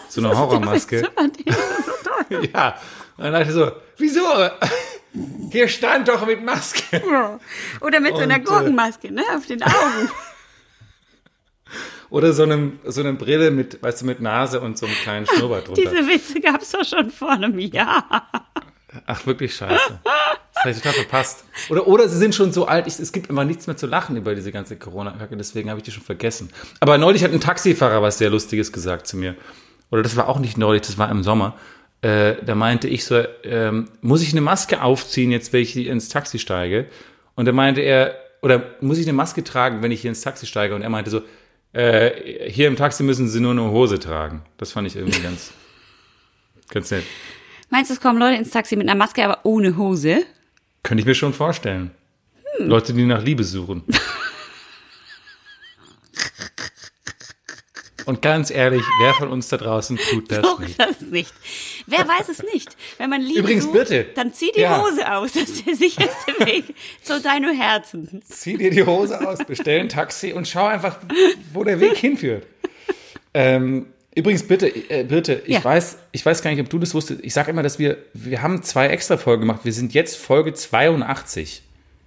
so eine Horrormaske. [laughs] ja. Und dann dachte ich so, wieso? Hier stand doch mit Maske. Oder mit so einer Und, äh, Gurkenmaske, ne? Auf den Augen. Oder so einem, so eine Brille mit, weißt du, mit Nase und so einem kleinen Schnurrbart drunter. Diese Witze gab es doch schon vor einem Jahr. Ach, wirklich scheiße. Das habe ich total verpasst. Oder, oder sie sind schon so alt, ich, es gibt immer nichts mehr zu lachen über diese ganze Corona-Kacke, deswegen habe ich die schon vergessen. Aber neulich hat ein Taxifahrer was sehr Lustiges gesagt zu mir. Oder das war auch nicht neulich, das war im Sommer. äh, da meinte ich so, ähm, muss ich eine Maske aufziehen jetzt, wenn ich ins Taxi steige? Und da meinte er, oder muss ich eine Maske tragen, wenn ich hier ins Taxi steige? Und er meinte so, äh, hier im Taxi müssen sie nur eine Hose tragen. Das fand ich irgendwie ganz, ganz nett. Meinst du, es kommen Leute ins Taxi mit einer Maske, aber ohne Hose? Könnte ich mir schon vorstellen. Leute, die nach Liebe suchen. Und ganz ehrlich, wer von uns da draußen tut das Doch, nicht? das nicht. Wer weiß es nicht? Wenn man Liebe Übrigens, sucht, bitte. dann zieh die Ja. Hose aus. Das ist der sicherste [laughs] Weg zu deinem Herzen. Zieh dir die Hose aus, bestell ein Taxi und schau einfach, wo der Weg hinführt. Ähm, übrigens, bitte, äh, bitte, ich Ja. weiß, ich weiß gar nicht, ob du das wusstest. Ich sage immer, dass wir, wir haben zwei extra Folgen gemacht. Wir sind jetzt Folge 82.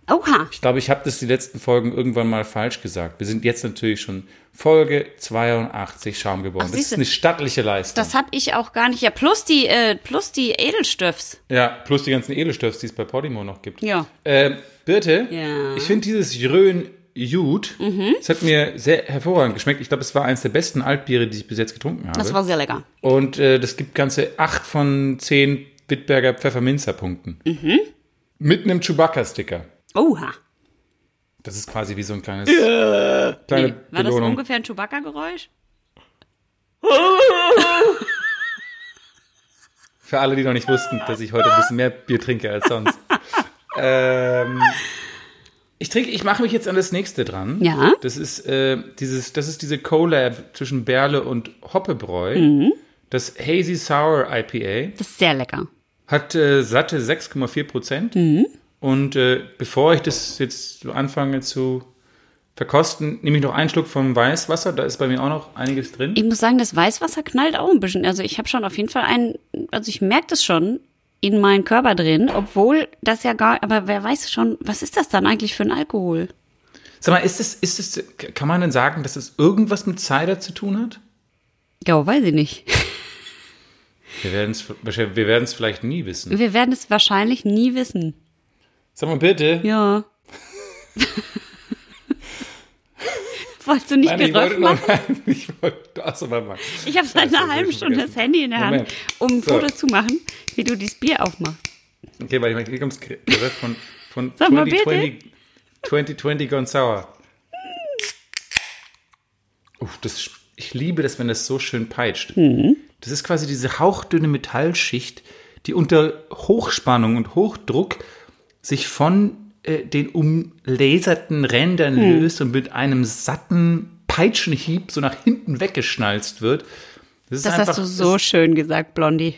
Oha. Ich glaube, ich habe das die letzten Folgen irgendwann mal falsch gesagt. Wir sind jetzt natürlich schon Folge 82 Schaum geworden. Ach, das ist siehste. eine stattliche Leistung. Das habe ich auch gar nicht. Ja, plus die, äh, plus die Edelstöffs. Ja, plus die ganzen Edelstöffs, die es bei Podimo noch gibt. Ja. Ähm, Birte, Ja. Mhm. ich finde dieses Jrön Jud, es hat mir sehr hervorragend geschmeckt. Ich glaube, es war eines der besten Altbiere, die ich bis jetzt getrunken habe. Das war sehr lecker. Und äh, das gibt ganze 8 von 10 Wittberger Pfefferminzer-Punkten. Mhm. Mit einem Chewbacca-Sticker. Oha. Das ist quasi wie so ein kleines, kleine Nee, Äh. war das Belohnung. ungefähr ein Chewbacca-Geräusch? Für alle, die noch nicht wussten, dass ich heute ein bisschen mehr Bier trinke als sonst. ähm, ich trinke, ich mache mich jetzt an das nächste dran. Ja. Das ist äh, dieses, das ist diese Collab zwischen Berle und Hoppebräu. Mhm. Das Hazy Sour IPA Das ist sehr lecker. hat äh, satte 6,4 Prozent. Mhm. Und äh, bevor ich das jetzt so anfange zu verkosten, nehme ich noch einen Schluck vom Weißwasser. Da ist bei mir auch noch einiges drin. Ich muss sagen, das Weißwasser knallt auch ein bisschen. Also ich habe schon auf jeden Fall einen, also ich merke das schon in meinen Körper drin, obwohl das ja gar, aber wer weiß schon, was ist das dann eigentlich für ein Alkohol? Sag mal, ist es, ist es, kann man denn sagen, dass es irgendwas mit Cider zu tun hat? Ja, weiß ich nicht. [laughs] Wir werden es wir werden's vielleicht nie wissen. Wir werden es wahrscheinlich nie wissen. Sag mal bitte. Ja. [laughs] Wolltest du nicht Nein, ich wollte geröff nur, machen? [laughs] nein, ich wollte das aber machen. Ich habe seit Scheiße, einer hab halben ich Stunde das vergessen. Handy in der Hand, Moment. um ein So. Foto zu machen, wie du dieses Bier aufmachst. Okay, weil ich meine, hier kommt das von, von Sag mal 2020, 2020 Gone Sour. Uff, das, ich liebe das, wenn das so schön peitscht. Mhm. Das ist quasi diese hauchdünne Metallschicht, die unter Hochspannung und Hochdruck sich von äh, den umlaserten Rändern Mhm. löst und mit einem satten Peitschenhieb so nach hinten weggeschnalzt wird. ist Das hast einfach- du so schön gesagt, Blondie.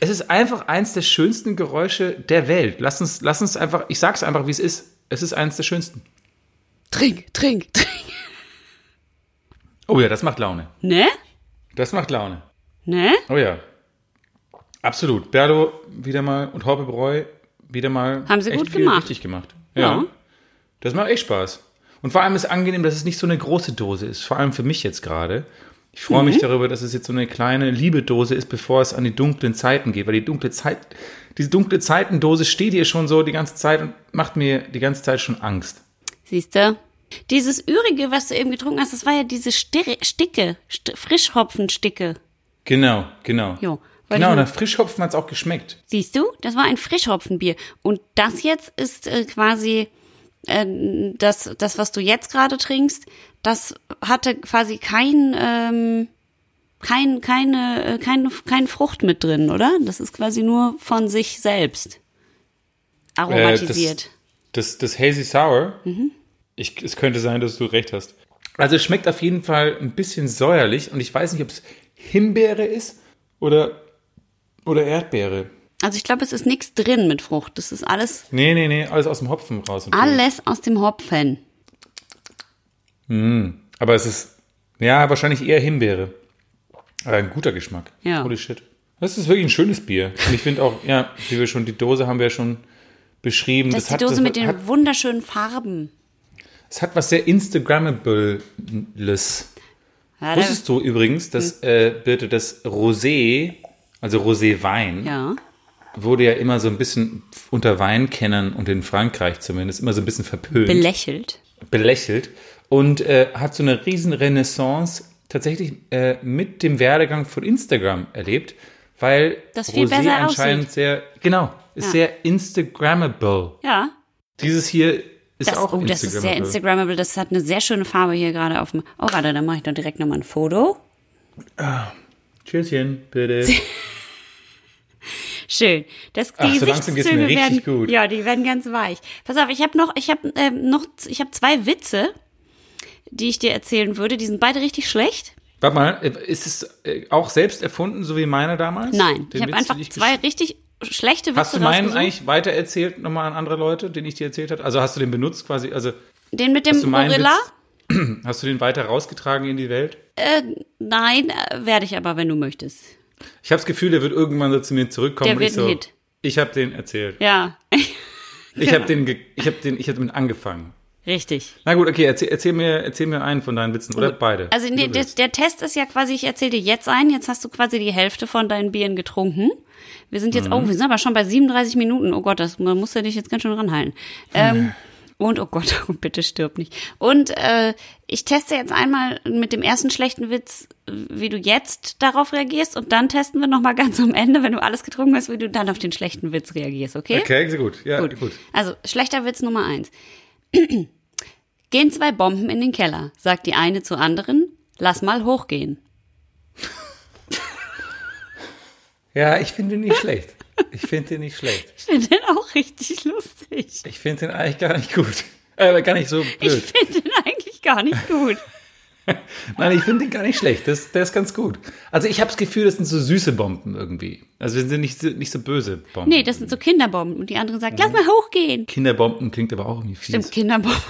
es ist einfach eins der schönsten Geräusche der Welt. Lass uns, lass uns einfach, ich sag's einfach, wie es ist. Es ist eins der schönsten. Trink, trink, trink. Oh ja, das macht Laune. Ne? Das macht Laune. Ne? Oh ja. Absolut. Berdo wieder mal und Horbebräu wieder mal. Haben sie echt gut viel gemacht. Richtig gemacht. Ja. Ja. Das macht echt Spaß. Und vor allem ist angenehm, dass es nicht so eine große Dose ist. Vor allem für mich jetzt gerade. Ich freue Mhm. mich darüber, dass es jetzt so eine kleine Liebedose ist, bevor es an die dunklen Zeiten geht. Weil die dunkle Zeit, diese dunkle Zeitendose steht hier schon so die ganze Zeit und macht mir die ganze Zeit schon Angst. Siehst du? Dieses Ürige, was du eben getrunken hast, das war ja diese Stirre, Sticke, St Frischhopfensticke. Genau, genau. Jo, weil genau, ich- nach Frischhopfen hat es auch geschmeckt. Siehst du? Das war ein Frischhopfenbier. Und das jetzt ist äh, quasi äh, das, das, was du jetzt gerade trinkst, das hatte quasi kein, ähm, kein, keine, äh, keine, keine Frucht mit drin, oder? Das ist quasi nur von sich selbst aromatisiert. Äh, Das, das Hazy Sour, Mhm. ich, es könnte sein, dass du recht hast. Also es schmeckt auf jeden Fall ein bisschen säuerlich und ich weiß nicht, ob es Himbeere ist oder, oder Erdbeere. also ich glaube, es ist nichts drin mit Frucht. Das ist alles, Nee, nee, nee, alles aus dem Hopfen raus. natürlich. alles aus dem Hopfen. Aber es ist, ja, wahrscheinlich eher Himbeere. Aber ein guter Geschmack. Ja. Holy shit. Das ist wirklich ein schönes Bier. Und ich finde auch, ja, wie wir schon, die Dose haben wir ja schon beschrieben. Das, ist die Dose das mit den hat, wunderschönen Farben. es hat was sehr Instagrammables. Ja, da, Wusstest du übrigens, dass Hm. äh, bitte das Rosé, also Roséwein, ja. wurde ja immer so ein bisschen unter Weinkennern und in Frankreich zumindest immer so ein bisschen verpönt, belächelt. belächelt und äh, hat so eine riesen Renaissance tatsächlich äh, mit dem Werdegang von Instagram erlebt, weil Das viel Rosé besser anscheinend aussieht. sehr, genau, ist Ja. sehr Instagrammable. Ja. Dieses hier ist Das, auch oh, Instagrammable. das ist sehr Instagrammable. Das hat eine sehr schöne Farbe hier gerade auf dem. Oh, warte, dann mache ich doch direkt nochmal ein Foto. Tschüsschen, bitte. Schön. Das, Ach, die so langsam geht's mir Gesichtszüge werden, richtig gut. ja, die werden ganz weich. Pass auf, ich habe noch, ich habe ähm, noch, ich habe zwei Witze, die ich dir erzählen würde. Die sind beide richtig schlecht. Warte mal, ist es äh, auch selbst erfunden, so wie meiner damals? Nein, Den ich habe Witz, einfach den ich zwei gesch- richtig schlechte Witze Hast du meinen rausgesucht. eigentlich weitererzählt nochmal an andere Leute, den ich dir erzählt habe? Also hast du den benutzt quasi, also Den mit hast du dem meinen Gorilla? Witz, [clears throat] hast du den weiter rausgetragen in die Welt? Nein, äh, werde ich aber, wenn du möchtest. Ich habe das Gefühl, der wird irgendwann so zu mir zurückkommen Der und wird ich so, ein Hit. ich habe den erzählt. Ja, [laughs] Ich habe den, ge- ich habe den, ich habe damit angefangen. richtig. Na gut, okay, erzähl, erzähl mir, erzähl mir einen von deinen Witzen oder beide. Also wie nee, du der, willst. der Test ist ja quasi, ich erzähle dir jetzt ein, jetzt hast du quasi die Hälfte von deinen Bieren getrunken. Wir sind jetzt, oh, wir sind aber schon bei 37 Minuten. Oh Gott, das, man muss ja dich jetzt ganz schön ranhalten. Ähm, und oh Gott, [laughs] oh, bitte stirb nicht. Und äh, ich teste jetzt einmal mit dem ersten schlechten Witz, wie du jetzt darauf reagierst. Und dann testen wir nochmal ganz am Ende, wenn du alles getrunken hast, wie du dann auf den schlechten Witz reagierst, okay? okay, sehr gut, ja, gut. Gut. Also, schlechter Witz Nummer eins. [clears throat] Gehen zwei Bomben in den Keller, sagt die eine zur anderen, lass mal hochgehen. Ja, ich finde den nicht schlecht. Ich finde den nicht schlecht. Ich finde den auch richtig lustig. Ich finde den eigentlich gar nicht gut. Äh, gar nicht so Ich blöd. finde den eigentlich gar nicht gut. Nein, ich finde den gar nicht schlecht. Das, der ist ganz gut. Also ich habe das Gefühl, das sind so süße Bomben irgendwie. Also wir sind nicht, so- nicht so böse Bomben. Nee, das sind so Kinderbomben. Und die andere sagt, Mhm. lass mal hochgehen. Kinderbomben klingt aber auch irgendwie fies. Stimmt, Kinderbomben.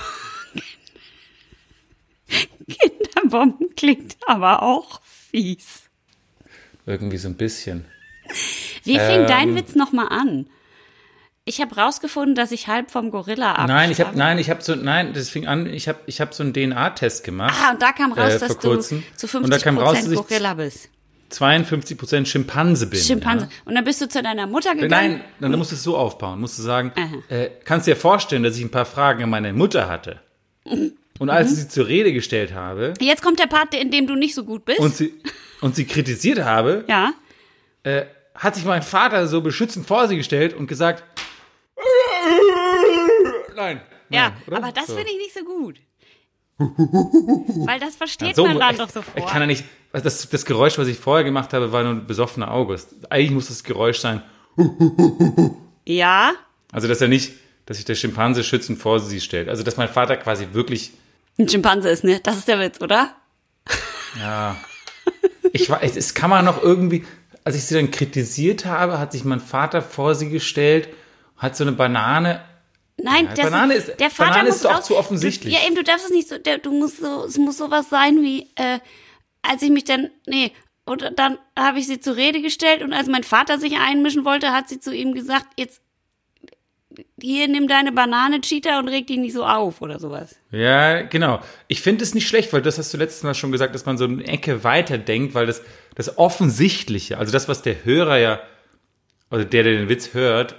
[laughs] Kinderbomben klingt aber auch fies. Irgendwie so ein bisschen. Wie fing Ähm. dein Witz nochmal an? Ich habe rausgefunden, dass ich halb vom Gorilla ab. Nein, ich habe nein, ich habe so nein, das fing an, ich habe ich habe so einen DNA-Test gemacht. Ah, und da kam raus, Äh, dass vor du kurzem. zu 50% Und da kam raus, dass ich- Genau. Gorilla bist. 52% Schimpanse bin. Schimpanse. Und dann bist du zu deiner Mutter Ja. gegangen. Nein, dann musst du es so aufbauen. Musst du sagen, Aha. äh, kannst dir vorstellen, dass ich ein paar Fragen an meine Mutter hatte. Mhm. Und als ich sie zur Rede gestellt habe Jetzt kommt der Part, in dem du nicht so gut bist. und sie, und sie kritisiert habe, ja. hat sich mein Vater so beschützend vor sie gestellt und gesagt, nein. Ja, nein, oder? aber das So. finde ich nicht so [laughs] gut. Weil das versteht so, man dann ich- doch Ich kann sofort. ja nicht, also das, das Geräusch, was ich vorher gemacht habe, war nur ein besoffener August. Eigentlich muss das Geräusch sein, Ja, also dass er nicht, dass sich der Schimpanse schützend vor sie stellt. Also dass mein Vater quasi wirklich, ein Schimpanse ist, ne? Das ist der Witz, oder? ich war, es, es kann man noch irgendwie, als ich sie dann kritisiert habe, hat sich mein Vater vor sie gestellt, hat so eine Banane, Nein, das Banane ist- der Vater Banane muss ist auch raus- zu offensichtlich. Du, ja, eben, du darfst es nicht so, der, du musst so, es muss sowas sein wie, äh, als ich mich dann, nee, und dann habe ich sie zur Rede gestellt und als mein Vater sich einmischen wollte, hat sie zu ihm gesagt, jetzt, hier, nimm deine Banane, Cheetah, und reg dich nicht so auf oder sowas. Ja, genau. Ich finde es nicht schlecht, weil das hast du letztes Mal schon gesagt, dass man so eine Ecke weiter denkt, weil das, das Offensichtliche, also das, was der Hörer ja, oder der, der den Witz hört,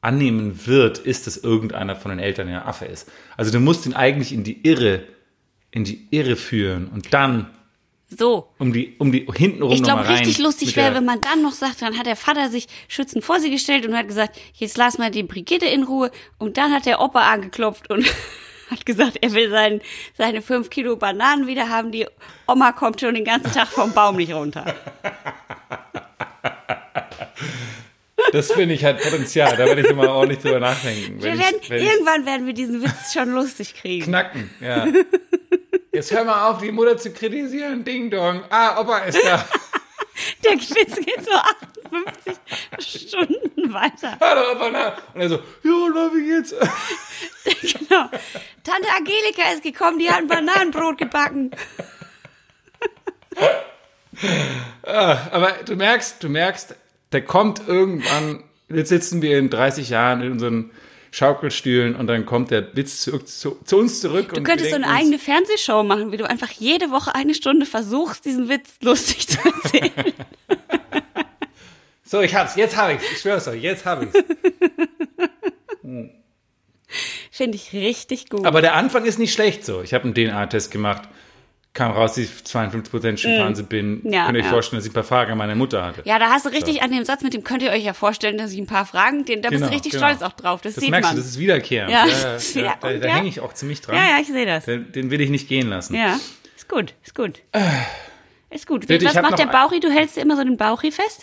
annehmen wird, ist, dass irgendeiner von den Eltern ja Affe ist. Also du musst ihn eigentlich in die Irre, in die Irre führen und dann So. um die, um die hintenrum Ich nochmal glaube, rein. richtig lustig mit der- wäre, wenn man dann noch sagt, dann hat der Vater sich schützend vor sie gestellt und hat gesagt, jetzt lass mal die Brigitte in Ruhe. Und dann hat der Opa angeklopft und [laughs] hat gesagt, er will seinen, seine fünf Kilo Bananen wieder haben. Die Oma kommt schon den ganzen Tag vom Baum nicht runter. Das finde ich halt Potenzial, da werde ich immer ordentlich drüber nachdenken. Wir wenn werden, ich, wenn ich irgendwann werden wir diesen Witz schon lustig kriegen. knacken, ja. Jetzt hör mal auf, die Mutter zu kritisieren. Ding Dong. Ah, Opa ist da. [laughs] Der Witz geht so 58 Stunden weiter. [laughs] Hallo, Opa, na. Und er so, jo, na, wie geht's? [laughs] Genau. Tante Angelika ist gekommen, die hat ein Bananenbrot gebacken. Aber du merkst, du merkst, der kommt irgendwann, jetzt sitzen wir in 30 Jahren in unseren Schaukelstühlen und dann kommt der Witz zurück, zu, zu uns zurück. Du könntest so eine eigene Fernsehshow machen, wie du einfach jede Woche eine Stunde versuchst, diesen Witz lustig zu [laughs] erzählen. So, ich hab's, jetzt hab ich's. Ich schwör's euch, jetzt [laughs] hab ich's. Finde ich richtig gut. Aber der Anfang ist nicht schlecht so. Ich habe einen DNA-Test gemacht. kam raus, dass ich 52% Schimpanse bin. Mm. Ja, Könnt ihr euch ja. vorstellen, dass ich ein paar Fragen an meine Mutter hatte. Ja, da hast du richtig an dem Satz, mit dem könnt ihr euch ja vorstellen, dass ich ein paar Fragen, den, da bist du richtig stolz auch drauf. Das, Genau, das sieht merkst man. du, das ist wiederkehrend. Ja, [laughs] Ja, das ist ja, wieder- da und da ja. hänge ich auch ziemlich dran. ja, ja, ich sehe das. Den, den will ich nicht gehen lassen. Ja, ist gut, ist gut. Ist gut. Äh. Bitte, Was ich hab macht noch der ein- Bauchi? Du hältst dir immer so den Bauchi fest?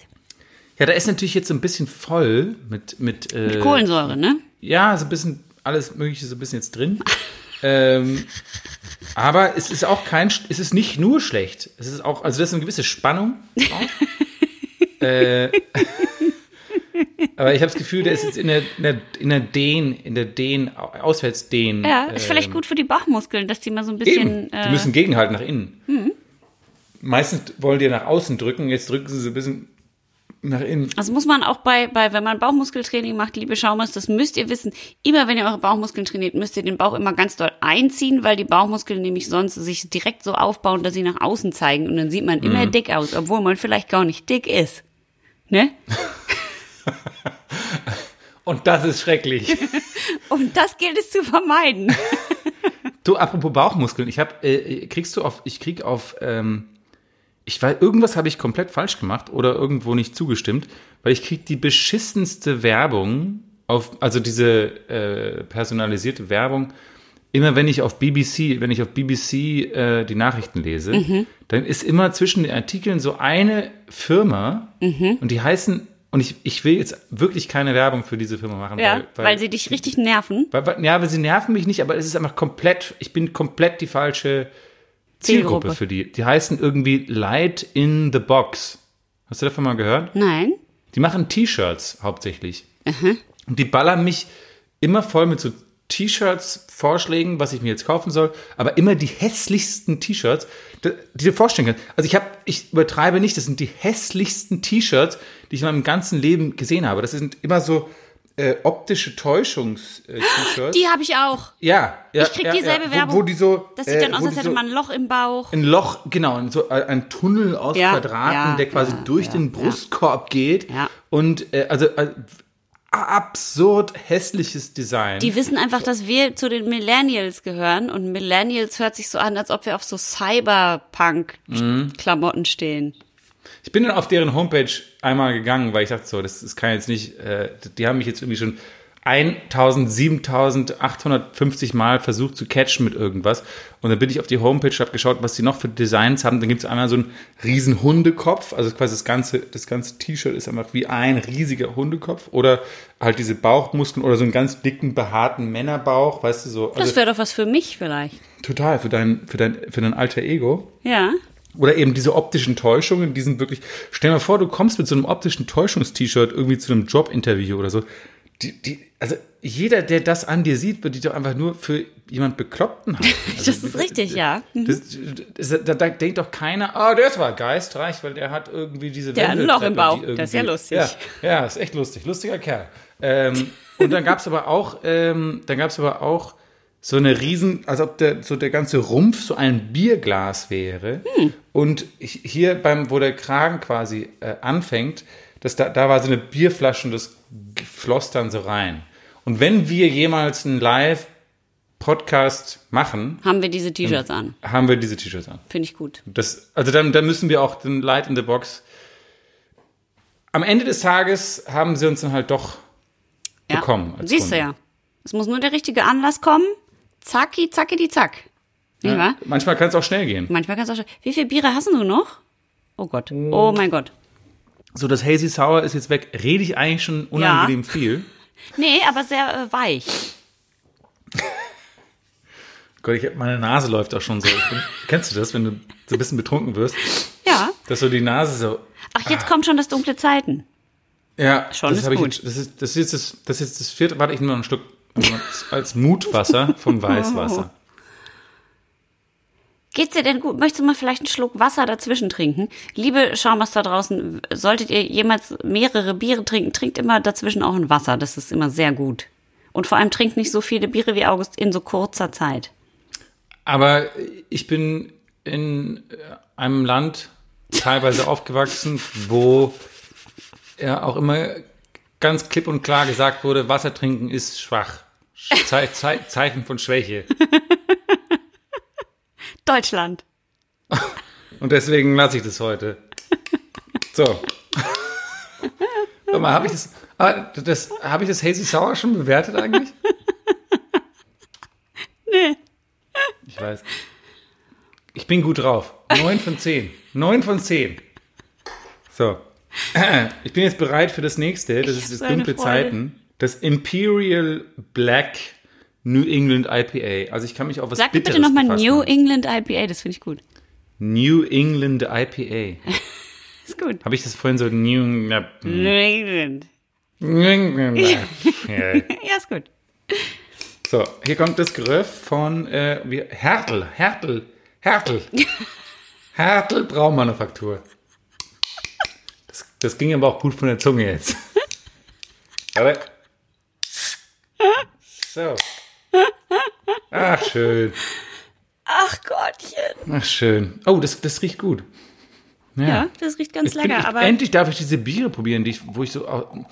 Ja, da ist natürlich jetzt so ein bisschen voll mit, mit, äh, Kohlensäure, ne? Ja, so ein bisschen alles Mögliche so ein bisschen jetzt drin. ähm, aber es ist auch kein, Sch- es ist nicht nur schlecht. Es ist auch, also das ist eine [laughs] gewisse Spannung. drauf. äh, [laughs] aber ich habe das Gefühl, der ist jetzt in der, in der, in der Dehn, in der Dehn, Auswärtsdehn. Ja, ist vielleicht ähm, gut für die Bauchmuskeln, dass die mal so ein Eben. bisschen. äh, Die müssen gegenhalten nach innen. Meistens wollen die nach außen drücken, jetzt drücken sie so ein bisschen nach innen. Also muss man auch bei, bei, wenn man Bauchmuskeltraining macht, liebe Schaumers, das müsst ihr wissen. Immer wenn ihr eure Bauchmuskeln trainiert, müsst ihr den Bauch immer ganz doll einziehen, weil die Bauchmuskeln nämlich sonst sich direkt so aufbauen, dass sie nach außen zeigen und dann sieht man immer Mhm. dick aus, obwohl man vielleicht gar nicht dick ist. Ne? Und das ist schrecklich. Und Um das gilt es zu [laughs] vermeiden. Du, apropos Bauchmuskeln, ich habe, äh, kriegst du auf, ich krieg auf, ähm, ich weiß, irgendwas habe ich komplett falsch gemacht oder irgendwo nicht zugestimmt, weil ich krieg die beschissenste Werbung auf, also diese äh, personalisierte Werbung. Immer wenn ich auf BBC, wenn ich auf BBC äh, die Nachrichten lese, Mhm. dann ist immer zwischen den Artikeln so eine Firma Mhm. und die heißen und ich, ich will jetzt wirklich keine Werbung für diese Firma machen, Ja, weil, weil, sie dich richtig nerven. weil, weil, ja, aber sie nerven mich nicht, aber es ist einfach komplett, ich bin komplett die falsche Zielgruppe, Zielgruppe. für die. Die heißen irgendwie Light in the Box. Hast du davon mal gehört? Nein. Die machen T-Shirts hauptsächlich. Und die ballern mich immer voll mit so T-Shirts, Vorschlägen, was ich mir jetzt kaufen soll, aber immer die hässlichsten T-Shirts, die die du vorstellen kannst. Also ich habe, ich übertreibe nicht, das sind die hässlichsten T-Shirts, die ich in meinem ganzen Leben gesehen habe. Das sind immer so äh, optische äh, Täuschungs-T-Shirts. Die habe ich auch. Ja, ja. Ich krieg ja, dieselbe ja. Werbung. Wo, wo die so, Das sieht dann äh, aus, wo als die hätte so man ein Loch im Bauch. ein Loch, genau, ein- so ein- ein Tunnel aus Ja, Quadraten, ja, der quasi ja, durch ja, den ja. Brustkorb geht. Ja. Und äh, also äh, absurd hässliches Design. Die wissen einfach, dass wir zu den Millennials gehören und Millennials hört sich so an, als ob wir auf so Cyberpunk-Klamotten stehen. ich bin dann auf deren Homepage einmal gegangen, weil ich dachte so, das, das kann jetzt nicht, äh, die haben mich jetzt irgendwie schon 1000, 7000, 850 Mal versucht zu catchen mit irgendwas. Und dann bin ich auf die Homepage, habe geschaut, was die noch für Designs haben. Dann gibt es einmal so einen riesen Hundekopf. Also quasi das ganze, das ganze T-Shirt ist einfach wie ein riesiger Hundekopf. Oder halt diese Bauchmuskeln oder so einen ganz dicken, behaarten Männerbauch, weißt du so. Das Also wäre doch was für mich vielleicht. total für dein, für dein, für dein alter Ego. Ja. Oder eben diese optischen Täuschungen, die sind wirklich. Stell dir mal vor, du kommst mit so einem optischen Täuschungst-T-Shirt irgendwie zu einem Jobinterview oder so. Die, die, also jeder, der das an dir sieht, wird dich doch einfach nur für jemand Bekloppten halten. [laughs] Also, Das ist richtig, ja. Das, das, da, da denkt doch keiner, ah, das war geistreich, weil der hat irgendwie diese Der hat ein Loch im Wendeltreppe, die Bauch. Das ist ja lustig. irgendwie- Ja, ja, ist echt lustig. Lustiger Kerl. Ähm, und dann gab's aber auch, ähm, dann gab's aber auch so eine riesen, als ob der, so der ganze Rumpf so ein Bierglas wäre. Hm. Und ich- hier beim, wo der Kragen quasi äh, anfängt, das, da, da war so eine Bierflasche und das floss dann so rein. Und wenn wir jemals einen Live-Podcast machen, Haben wir diese T-Shirts an. haben wir diese T-Shirts an. Finde ich gut. Das, also dann, dann müssen wir auch den Light in the Box. Am Ende des Tages haben sie uns dann halt doch Ja. Bekommen als Siehst du ja. Es muss nur der richtige Anlass kommen. Zacki, zacki, die zack. Nicht wahr? ne? Manchmal kann es auch schnell gehen. Manchmal kannst du auch schon. Wie viele Biere hast du noch? Oh Gott. Hm. Oh mein Gott. So, das Hazy Sour ist jetzt weg. Rede ich eigentlich schon unangenehm viel. Nee, aber sehr äh, weich. Gott, ich, hab- meine Nase läuft auch schon so. Ich bin, [laughs] kennst du das, wenn du so ein bisschen betrunken wirst? Ja. Dass so die Nase so. Ach, Ah. jetzt kommt schon das dunkle Zeiten. Ja, Schon das ist hab ich gut. Jetzt, das, ist, das, ist jetzt das, das ist jetzt das vierte. Warte, ich nehme noch einen Schluck. Als- Als Mutwasser [laughs] vom Weißwasser. Geht's dir denn gut? Möchtest du mal vielleicht einen Schluck Wasser dazwischen trinken? Liebe Schaumers da draußen, solltet ihr jemals mehrere Biere trinken, trinkt immer dazwischen auch ein Wasser. Das ist immer sehr gut. Und vor allem trinkt nicht so viele Biere wie August in so kurzer Zeit. Aber ich bin in äh, einem Land teilweise aufgewachsen, wo ja auch immer ganz klipp und klar gesagt wurde, Wasser trinken ist schwach. Ze Ze Zeichen von Schwäche. Deutschland. Und deswegen lasse ich das heute. So. Warte mal, habe ich das, ah, das, habe ich das Hazy Sour schon bewertet eigentlich? Nee. Ich weiß. Ich bin gut drauf. 9 von 10. 9 von 10. So. Ich bin jetzt bereit für das nächste. Das Ich hab ist so das eine dunkle Freude. Zeiten. Das Imperial Black New England IPA. Also ich kann mich auf was Sag mir Bitteres bitte nochmal gefasst New machen. England IPA, das finde ich gut. New England IPA. Ist gut. Habe ich das vorhin so New ja, New England. New England IPA. Ja, ist gut. So, hier kommt das Geröff von äh, wie, Hertel, Hertel, Hertel. Hertel Braumanufaktur. Das, das ging aber auch gut von der Zunge jetzt. Aber. So. Ach, schön. Ach Gottchen. Ach, schön. Oh, das, das riecht gut. Ja, das riecht ganz Jetzt bin lecker, ich, aber endlich darf ich diese Biere probieren, die ich, wo ich so au-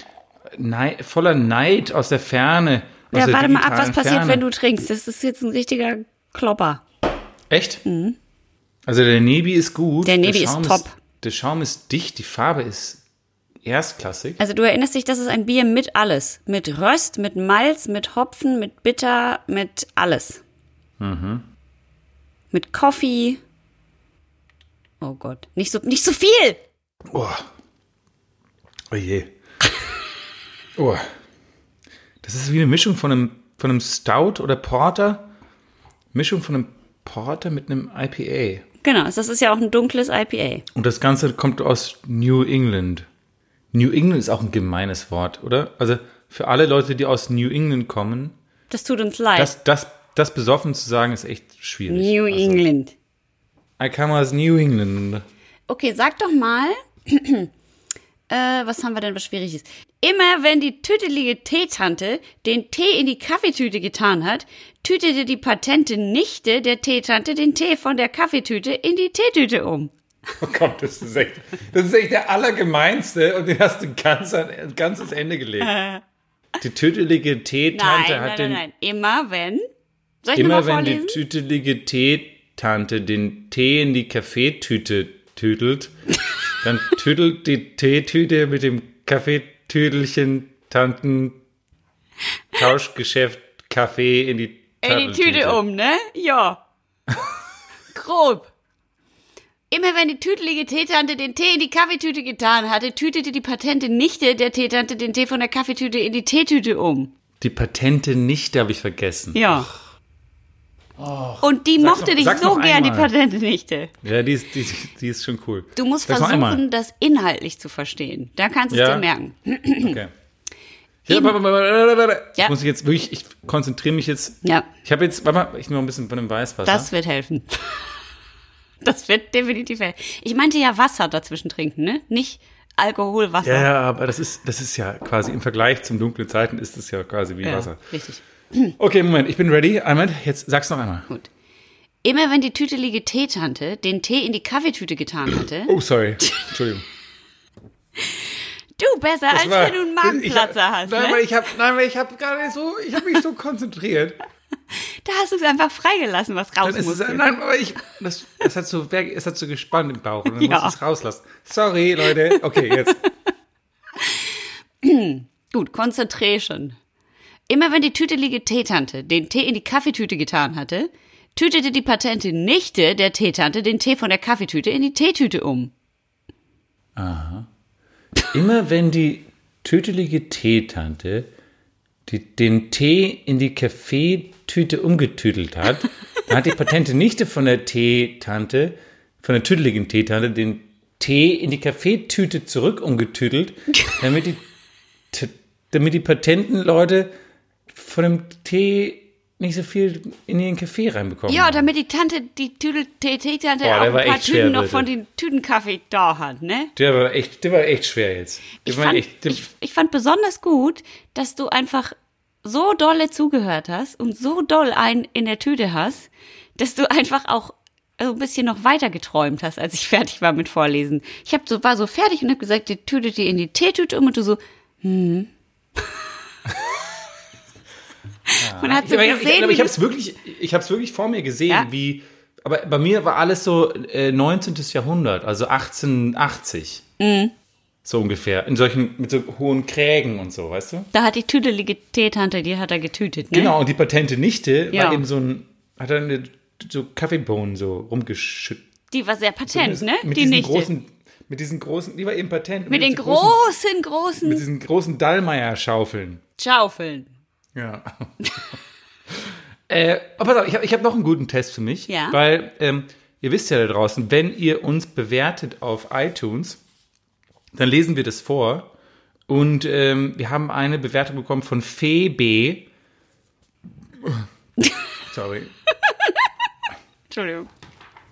nei, voller Neid aus der Ferne. Aus ja, der warte mal ab, was digitalen passiert, Ferne. wenn du trinkst. Das ist jetzt ein richtiger Klopper. Echt? Also der Nebi ist gut. Mhm. Der Nebi ist Schaum top. der Schaum ist dicht, die Farbe ist erstklassig. Also du erinnerst dich, das ist ein Bier mit alles. Mit Röst, mit Malz, mit Hopfen, mit Bitter, mit alles. Mit Coffee. Oh Gott, nicht so, nicht so viel! Oh, oh je. oh. Das ist wie eine Mischung von einem, von einem Stout oder Porter. Mischung von einem Porter mit einem IPA. Genau, das ist ja auch ein dunkles IPA. Und das Ganze kommt aus New England. New England ist auch ein gemeines Wort, oder? Also für alle Leute, die aus New England kommen, Das tut uns leid. das, das, das besoffen zu sagen, ist echt schwierig. New Also- England. I come aus New England. Okay, sag doch mal, [clears throat] äh, was haben wir denn, was schwierig ist? Immer wenn die tütelige Teetante den Tee in die Kaffeetüte getan hat, tütete die patente Nichte der Teetante den Tee von der Kaffeetüte in die Teetüte um. Oh Gott, das ist echt, das ist echt der Allergemeinste und den hast du ganz an, ganz ans [laughs] Ende gelegt. Die tütelige Nein, Teetante nein, hat nein, den, nein. Immer wenn. Soll ich nochmal immer wenn die vorlesen? tütelige Teetante den Tee in die Kaffeetüte tüdelt, [laughs] dann tüdelt die Teetüte mit dem Kaffeetüdelchen Tanten Tauschgeschäft Kaffee in die in die Tüte um, ne? [laughs] Ja. Grob. Immer wenn die tütelige Teetante den Tee in die Kaffeetüte getan hatte, tütete die patente Nichte der Teetante den Tee von der Kaffeetüte in die Teetüte um. Die Patente nicht, habe ich vergessen. Ja. Und die sag's mochte noch- dich sag's so noch gern, die einmal. patente Nichte. Ja, die ist, die, die ist schon cool. Du musst Sag's noch versuchen, das inhaltlich zu verstehen. Da kannst du es Ja. dir merken. Okay. Ja, warte, warte, warte, warte. Ja. Ich muss jetzt wirklich, ich konzentriere mich jetzt. Ja, Ich habe jetzt, warte mal, ich nehme noch ein bisschen von dem Weißwasser. das wird helfen. [laughs] Das wird definitiv helfen. Ich meinte ja Wasser dazwischen trinken, ne? Nicht Alkohol, Wasser. ja, ja, aber das ist, das ist ja quasi im Vergleich zum dunklen Zeiten ist es ja quasi wie Ja, Wasser. Richtig. Okay, Moment, ich bin ready. Einmal, jetzt sag's noch einmal. Gut. Immer wenn die tütelige Teetante den Tee in die Kaffeetüte getan hatte, [laughs] Oh, sorry. Entschuldigung. du besser, Das als war- wenn du einen ich [laughs] Magenplatzer hab- hast. Nein, Ne? weil ich habe, nein, weil ich habe gerade so, ich habe mich [laughs] so konzentriert. Da hast du es einfach freigelassen, was raus Dann ist es, musste. nein, aber ich, das, es hat so, es hat so gespannt im Bauch und dann Ja. muss ich es rauslassen. Sorry, Leute. Okay, jetzt. Gut, Concentration. Immer wenn die tütelige Teetante den Tee in die Kaffeetüte getan hatte, tütete die patente Nichte der Teetante den Tee von der Kaffeetüte in die Teetüte um. Immer wenn die tötelige Teetante die, den Tee in die Kaffeetüte umgetüdelt hat, [laughs] dann hat die patente Nichte von der Teetante, von der tüdeligen Teetante, den Tee in die Kaffeetüte [laughs] zurück umgetüdelt, damit die, t- damit die Patentenleute von dem Tee nicht so viel in ihren Kaffee reinbekommen. Ja, damit die Tante, die Tüdel Tee- Teetante Boah, auch der ein war paar echt schwer, Tüten noch Leute. von den Tütenkaffee da hat, ne? Der war echt, der war echt schwer jetzt. Ich fand, echt, ich, ich fand besonders gut, dass du einfach so dolle zugehört hast und so doll einen in der Tüte hast, dass du einfach auch so ein bisschen noch weiter geträumt hast, als ich [laughs] fertig war mit Vorlesen. Ich hab so, war so fertig und habe gesagt, die Tüte dir in die Teetüte um und du so, [laughs] hm. Man hat so aber ich- gesehen, aber wie ich habe du's- es wirklich, ich habe es wirklich vor mir gesehen, Ja. wie Aber bei mir war alles so äh, 19. Jahrhundert, also 1880. Mhm. So ungefähr. In solchen, mit so hohen Krägen und so, weißt du? Da hat die tüdelige Teetante, die hat er getütet, ne? Genau, und die patente Nichte Ja. war eben so ein, hat dann eine, so Kaffeebohnen so rumgeschüttet. Die war sehr patent, ne? Mit die diesen Nichte. großen, mit diesen großen, die war eben patent. mit den diesen großen, großen- großen, Mit diesen großen Dallmayr-Schaufeln. Schaufeln. Ja. [laughs] äh, aber pass auf, ich habe ich hab noch einen guten Test für mich. Ja. Weil ähm, ihr wisst ja da draußen, wenn ihr uns bewertet auf iTunes, dann lesen wir das vor. Und ähm, wir haben eine Bewertung bekommen von Fee B. Sorry. Entschuldigung.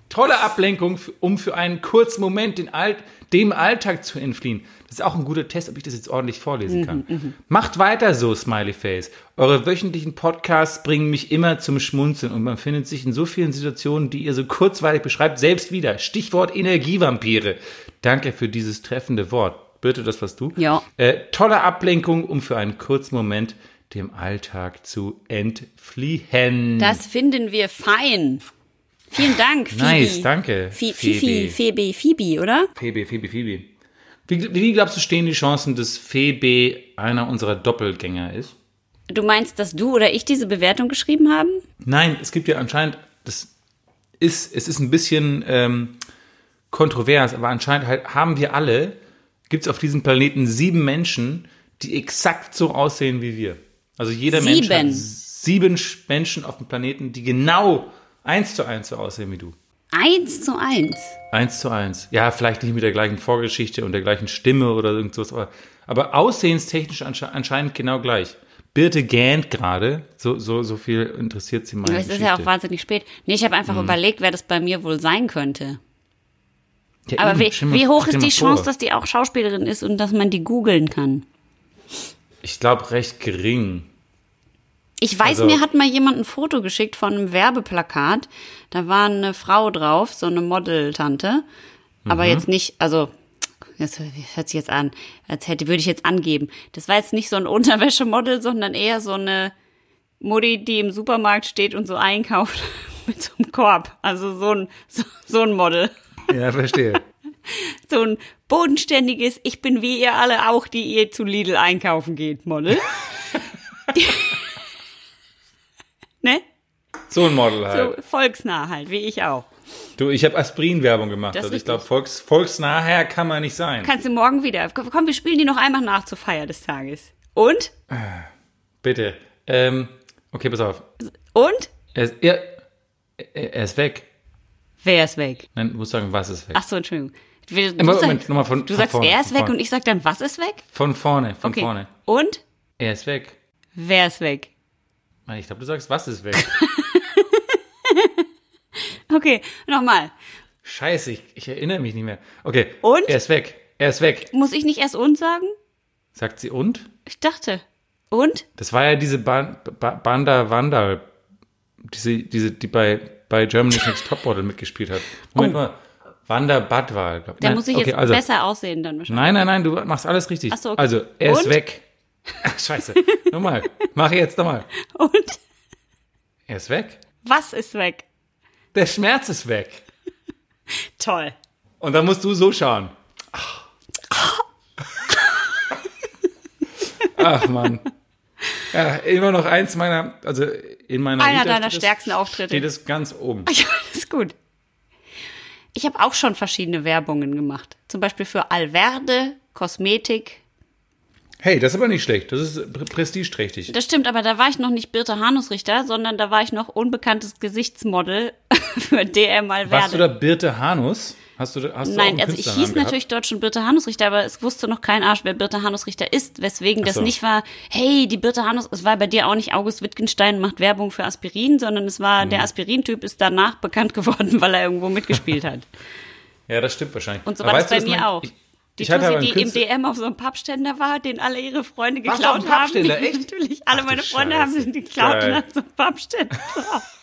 Tolle Ablenkung, f- um für einen kurzen Moment den Alt dem Alltag zu entfliehen. Das ist auch ein guter Test, ob ich das jetzt ordentlich Mhm, vorlesen kann. Macht weiter so, Smiley Face. Eure wöchentlichen Podcasts bringen mich immer zum Schmunzeln und man findet sich in so vielen Situationen, die ihr so kurzweilig beschreibt, selbst wieder. Stichwort Energievampire. Danke für dieses treffende Wort. Birte, das warst du. Ja. Äh, tolle Ablenkung, um für einen kurzen Moment dem Alltag zu entfliehen. Das finden wir fein. Vielen Dank, Phoebe. Hm. Nice, danke, Phoebe, Phoebe. Phoebe, Phoebe, Phoebe, oder? Phoebe, Phoebe, Phoebe. Wie, wie glaubst du, stehen die Chancen, dass Phoebe einer unserer Doppelgänger ist? Du meinst, dass du oder ich diese Bewertung geschrieben haben? Nein, es gibt ja anscheinend, das ist, es ist ein bisschen ähm, kontrovers, aber anscheinend halt haben wir alle, gibt es auf diesem Planeten sieben Menschen, die exakt so aussehen wie wir. Also jeder Mensch hat Sieben. sieben Sch- Menschen auf dem Planeten, die genau eins zu eins so aussehen wie du. Eins zu eins. Eins zu eins. Ja, vielleicht nicht mit der gleichen Vorgeschichte und der gleichen Stimme oder irgend sowas, aber, aber aussehenstechnisch ansche anscheinend genau gleich. Birte gähnt gerade, so, so, so viel interessiert sie meine Aber es ist ja auch wahnsinnig spät. Nee, ich habe einfach Hm. überlegt, wer das bei mir wohl sein könnte. Ja, Aber eben, wie, Hm, stell mal- wie hoch ist stell die mal vor. Chance, dass die auch Schauspielerin ist und dass man die googeln kann? Ich glaube, recht gering. Ich weiß, Also- mir hat mal jemand ein Foto geschickt von einem Werbeplakat. Da war eine Frau drauf, so eine Modeltante. Aber jetzt nicht, also, das hört sich jetzt an, als hätte, würde ich jetzt angeben. Das war jetzt nicht so ein Unterwäschemodel, sondern eher so eine Mutti, die im Supermarkt steht und so einkauft [laughs] mit so einem Korb. Also so ein, so, so ein Model. Ja, verstehe. So ein bodenständiges, ich bin wie ihr alle auch, die ihr zu Lidl einkaufen geht, Model. [laughs] ne? [laughs] so ein Model halt. So volksnah halt, wie ich auch. Du, ich habe Aspirin-Werbung gemacht, Das ist also ich richtig. glaube, volks, volksnahher kann man nicht sein. Kannst du morgen wieder. Komm, wir spielen die noch einmal nach zur Feier des Tages. Und? Bitte. Ähm, okay, pass auf. Und? Er ist, er, er er ist weg. Wer ist weg? Nein, du musst sagen, was ist weg? Ach so, Entschuldigung. Wir- Ah, Du, Moment, sagst, nochmal von- du von sagst, vorne, wer ist von weg vorne. und ich sag dann, was ist weg? Von vorne, von Okay. vorne. Und? Er ist weg. Wer ist weg? Ich glaube, du sagst, was ist weg? [laughs] Okay, nochmal. Scheiße, ich, ich erinnere mich nicht mehr. Okay. Und? Er ist weg. Er ist weg. Muss ich nicht erst und sagen? Sagt sie und? Ich dachte. Und? Das war ja diese Ban ba Banda Wandal, diese, diese, die bei, [laughs] bei Germany's Next Topmodel mitgespielt hat. Moment mal. Wanda Badwal. glaub- Da Nein, Oh. muss ich okay, jetzt also, besser aussehen dann wahrscheinlich. Nein, nein, nein, du machst alles richtig. Ach so, okay. Also, er ist Und? weg. [laughs] Ach, scheiße. [laughs] nochmal. Mach jetzt nochmal. Und? Er ist weg. Was ist weg? Der Schmerz ist weg. Toll. [laughs] Und dann musst du so schauen. Ah. Ach, Ach Mann. Ja, immer noch eins meiner, also in meiner Einer Vita deiner steht es- stärksten Auftritte. Steht es ganz oben. Ja, ist gut. Ich habe auch schon verschiedene Werbungen gemacht. Zum Beispiel für Alverde, Kosmetik. Hey, das ist aber nicht schlecht. Das ist pr- prestigeträchtig. Das stimmt, aber da war ich noch nicht Birte Hanusrichter, sondern da war ich noch unbekanntes Gesichtsmodel [laughs] für DM Warst du Alverde. da Birte Hanus? Hast du, da- hast du auch Nein, einen also ich Künstlernamen hieß gehabt? natürlich dort schon Birte Hanusrichter, aber es wusste noch kein Arsch, wer Birte Hanusrichter ist, weswegen das so. nicht war, hey, die Birte Hanus, es war bei dir auch nicht August Wittgenstein macht Werbung für Aspirin, sondern es war, der Aspirin-Typ ist danach bekannt geworden, [laughs] weil er irgendwo mitgespielt hat. Ja, das stimmt wahrscheinlich. Und so Aber war das weißt du, bei was mir mein- auch. Ich, die ich hatte Tussi, aber einen die im Künstler, DM auf so einem Pappständer war, den alle ihre Freunde Warst du geklaut auf dem haben. Pappständer, echt? Natürlich, alle Ach du meine Freunde Scheiße. haben den geklaut Geil. und hatten so einen Pappständer [laughs] drauf.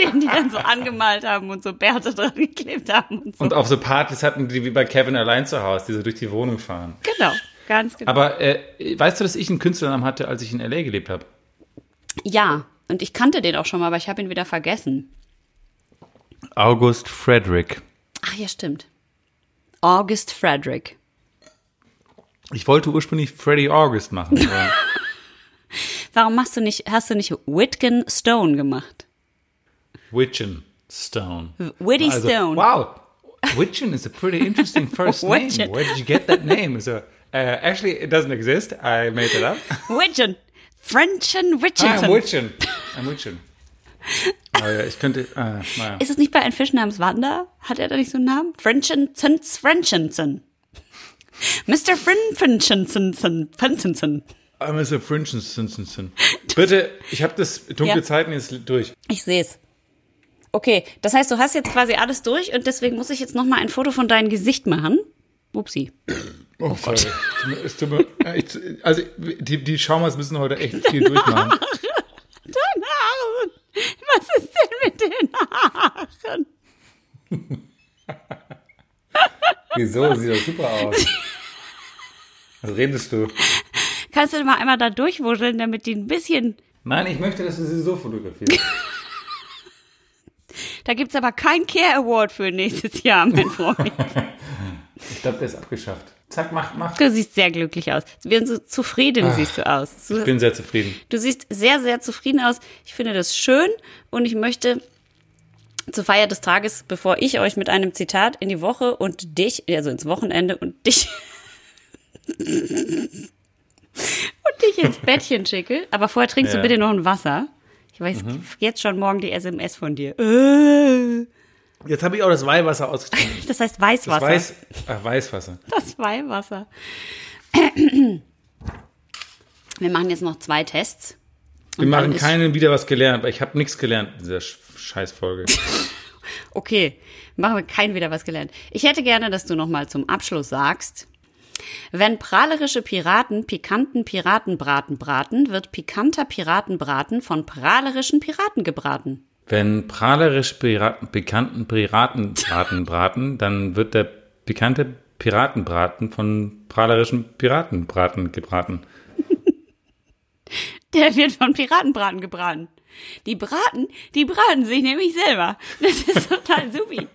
Den die dann so angemalt haben und so Bärte dran geklebt haben und so. und auf so Partys hatten die wie bei Kevin allein zu Hause, die so durch die Wohnung fahren. genau, ganz genau. Aber äh, weißt du, dass ich einen Künstlernamen hatte, als ich in L.A. gelebt habe? ja, und ich kannte den auch schon mal, aber ich habe ihn wieder vergessen. August Frederick. Ach ja, stimmt. August Frederick. Ich wollte ursprünglich Freddy August [laughs] machen. äh, aber- Warum machst du nicht, hast du nicht Whitgen Stone gemacht? Witchin Stone. Whitty Also, Stone. Wow. Witchin is a pretty interesting [laughs] first name. Witchin. Where did you get that name? So, uh, actually, it doesn't exist. I [laughs] made it up. Whitgen. Frenchen Ah, I'm Richardson. Witchin. I'm [laughs] Witchin. Oh ja, ich könnte. ah, naja. Ist es nicht bei einem Fisch namens Wanda? Hat er da nicht so einen Namen? Frenchenson, Frenchenson. Mr. Frenchenson, Frenchenson. I'm a Frinchen. Bitte, ich habe das dunkle Ja. Zeiten jetzt durch. Ich sehe es. Okay, das heißt, du hast jetzt quasi alles durch und deswegen muss ich jetzt nochmal ein Foto von deinem Gesicht machen. Upsi. Oh, Gott. Es tut mir, ich, also, die, die Schaumers müssen heute echt [laughs] viel durchmachen. Deine Haare. sind- Was ist denn mit den Haaren? Wieso? Sieht doch super [laughs] aus. Was redest du? Kannst du mal einmal da durchwuscheln, damit die ein bisschen. Nein, ich möchte, dass du sie so fotografierst. Da gibt's aber kein Care Award für nächstes Jahr, mein Freund. Ich glaube, der ist abgeschafft. Zack, mach, mach. Du siehst sehr glücklich aus. Wir so zufrieden siehst du aus. Ich Du, bin sehr zufrieden. du siehst sehr, sehr zufrieden aus. Ich finde das schön und ich möchte zur Feier des Tages, bevor ich euch mit einem Zitat in die Woche und dich, also ins Wochenende und dich [laughs] und dich ins Bettchen schicke. Aber vorher trinkst Ja. Mhm. du bitte noch ein Wasser. Ich weiß jetzt schon morgen die SMS von dir. [laughs] Jetzt habe ich auch das Weihwasser ausgetrunken. Das heißt Weißwasser. Das Weiß, ach, Weißwasser. Das [clears throat] Weihwasser. Wir machen jetzt noch zwei Tests. Wir dann machen ist- keinen wieder was gelernt, weil ich habe nichts gelernt in dieser Sch- Scheißfolge. Okay, machen wir kein wieder was gelernt. Ich hätte gerne, dass du nochmal zum Abschluss sagst. Wenn prahlerische Piraten pikanten Piratenbraten braten, wird pikanter Piratenbraten von prahlerischen Piraten gebraten. Wenn prahlerisch Piraten, bekannten Piratenbraten braten, dann wird der bekannte Piratenbraten von prahlerischen Piratenbraten gebraten. Der wird von Piratenbraten gebraten. Die braten, die braten sich nämlich selber. Das ist total supi.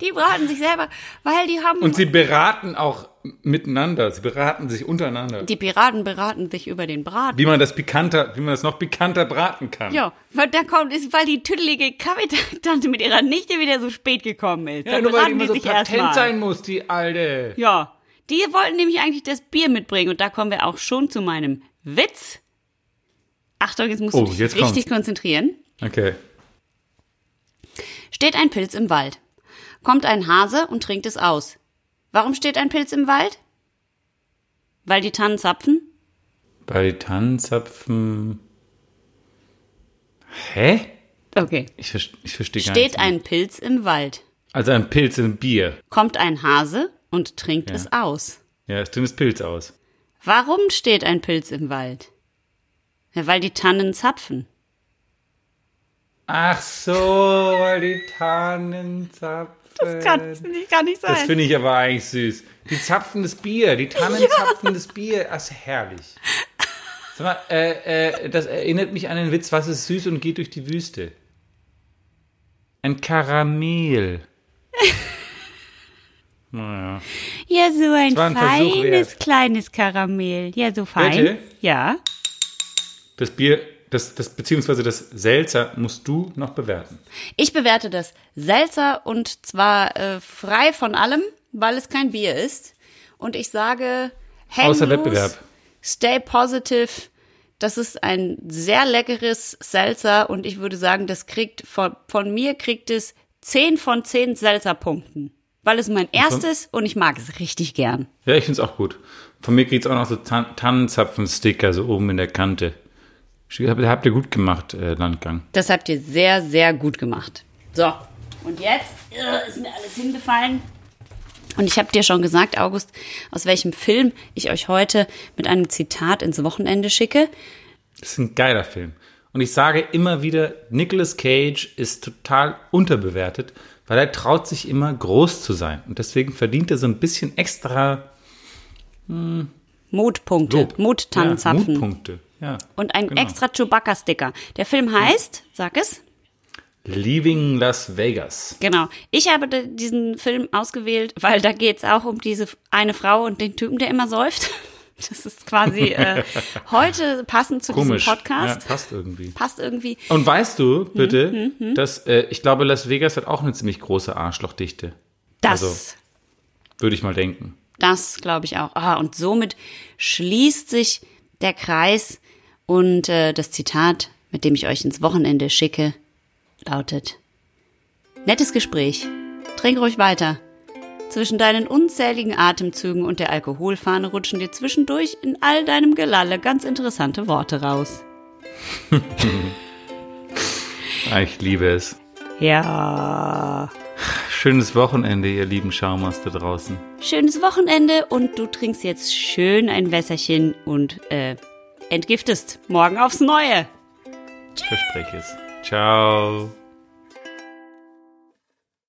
Die braten sich selber, weil die haben Und sie beraten auch miteinander. Sie beraten sich untereinander. Die Piraten beraten sich über den Braten. Wie man das pikanter, wie man das noch pikanter braten kann. Ja, weil da kommt, ist, weil die tüdelige Kaffeetante mit ihrer Nichte wieder so spät gekommen ist. Ja, Dann nur weil die beraten immer die so sich patent erstmal. sein muss, die alte. Ja. Die wollten nämlich eigentlich das Bier mitbringen und da kommen wir auch schon zu meinem Witz. Achtung, jetzt musst Oh, du dich jetzt richtig konzentrieren. Okay. Steht ein Pilz im Wald. Kommt ein Hase und trinkt es aus. Warum steht ein Pilz im Wald? Weil die Tannen zapfen? Bei Tannenzapfen. Hä? Okay. Ich, verste- ich verstehe gar nicht. Steht ein Pilz im Wald. Also ein Pilz im Bier. Kommt ein Hase und trinkt es aus. Ja, es drin ist Pilz aus. Warum steht ein Pilz im Wald? Ja, weil die Tannen zapfen. Ach so, weil die Tannenzapfen. Das, nicht, kann nicht das finde ich aber eigentlich süß. Die zapfen das Bier, die Tannen zapfen das Bier. Ach, ist herrlich. Sag mal, äh, äh, das erinnert mich an den Witz, was ist süß und geht durch die Wüste? Ein Karamell. naja. ja, so ein war ein feines Versuch wert. kleines Karamell. Ja, so fein. Bitte? Ja. Das Bier, das, das, beziehungsweise das Selzer musst du noch bewerten. Ich bewerte das Selzer und zwar äh, frei von allem, weil es kein Bier ist. Und ich sage, hang Außer loose, Wettbewerb. Stay positive. Das ist ein sehr leckeres Selzer und ich würde sagen, das kriegt von, von mir kriegt es 10 von 10 Selzerpunkten. Weil es mein erstes und ich mag es richtig gern. Ja, ich find's auch gut. Von mir kriegt's auch noch so Tan Tannenzapfen-Sticker, so oben in der Kante. Sch- Habt habt ihr gut gemacht, äh, Landgang. Das habt ihr sehr, sehr gut gemacht. So, und jetzt äh, ist mir alles hingefallen. Und ich habe dir schon gesagt, August, aus welchem Film ich euch heute mit einem Zitat ins Wochenende schicke. Das ist ein geiler Film. Und ich sage immer wieder, Nicolas Cage ist total unterbewertet, weil er traut sich immer groß zu sein. Und deswegen verdient er so ein bisschen extra Mutpunkte, Lob. Ja, Muttannenzapfen Mutpunkte. Ja. und ein genau. extra Chewbacca-Sticker. Der Film heißt, sag es, Leaving Las Vegas. Genau. Ich habe d- diesen Film ausgewählt, weil da geht's auch um diese f- eine Frau und den Typen, der immer säuft. [laughs] Das ist quasi [laughs] äh, heute passend zu Komisch. diesem Podcast. Hm, Ja, passt irgendwie. Passt irgendwie. Und weißt du, bitte, dass äh, ich glaube, Las Vegas hat auch eine ziemlich große Arschlochdichte. Das, Also- Würde ich mal denken. das glaube ich auch. Ah, und somit schließt sich der Kreis und äh, das Zitat, mit dem ich euch ins Wochenende schicke, lautet: Nettes Gespräch. Trink ruhig weiter. Zwischen deinen unzähligen Atemzügen und der Alkoholfahne rutschen dir zwischendurch in all deinem Gelalle ganz interessante Worte raus. Ah, ich liebe es. Ja. Schönes Wochenende, ihr lieben Schaumers da draußen. Schönes Wochenende und du trinkst jetzt schön ein Wässerchen und äh, entgiftest morgen aufs Neue. Ich verspreche es. Ciao.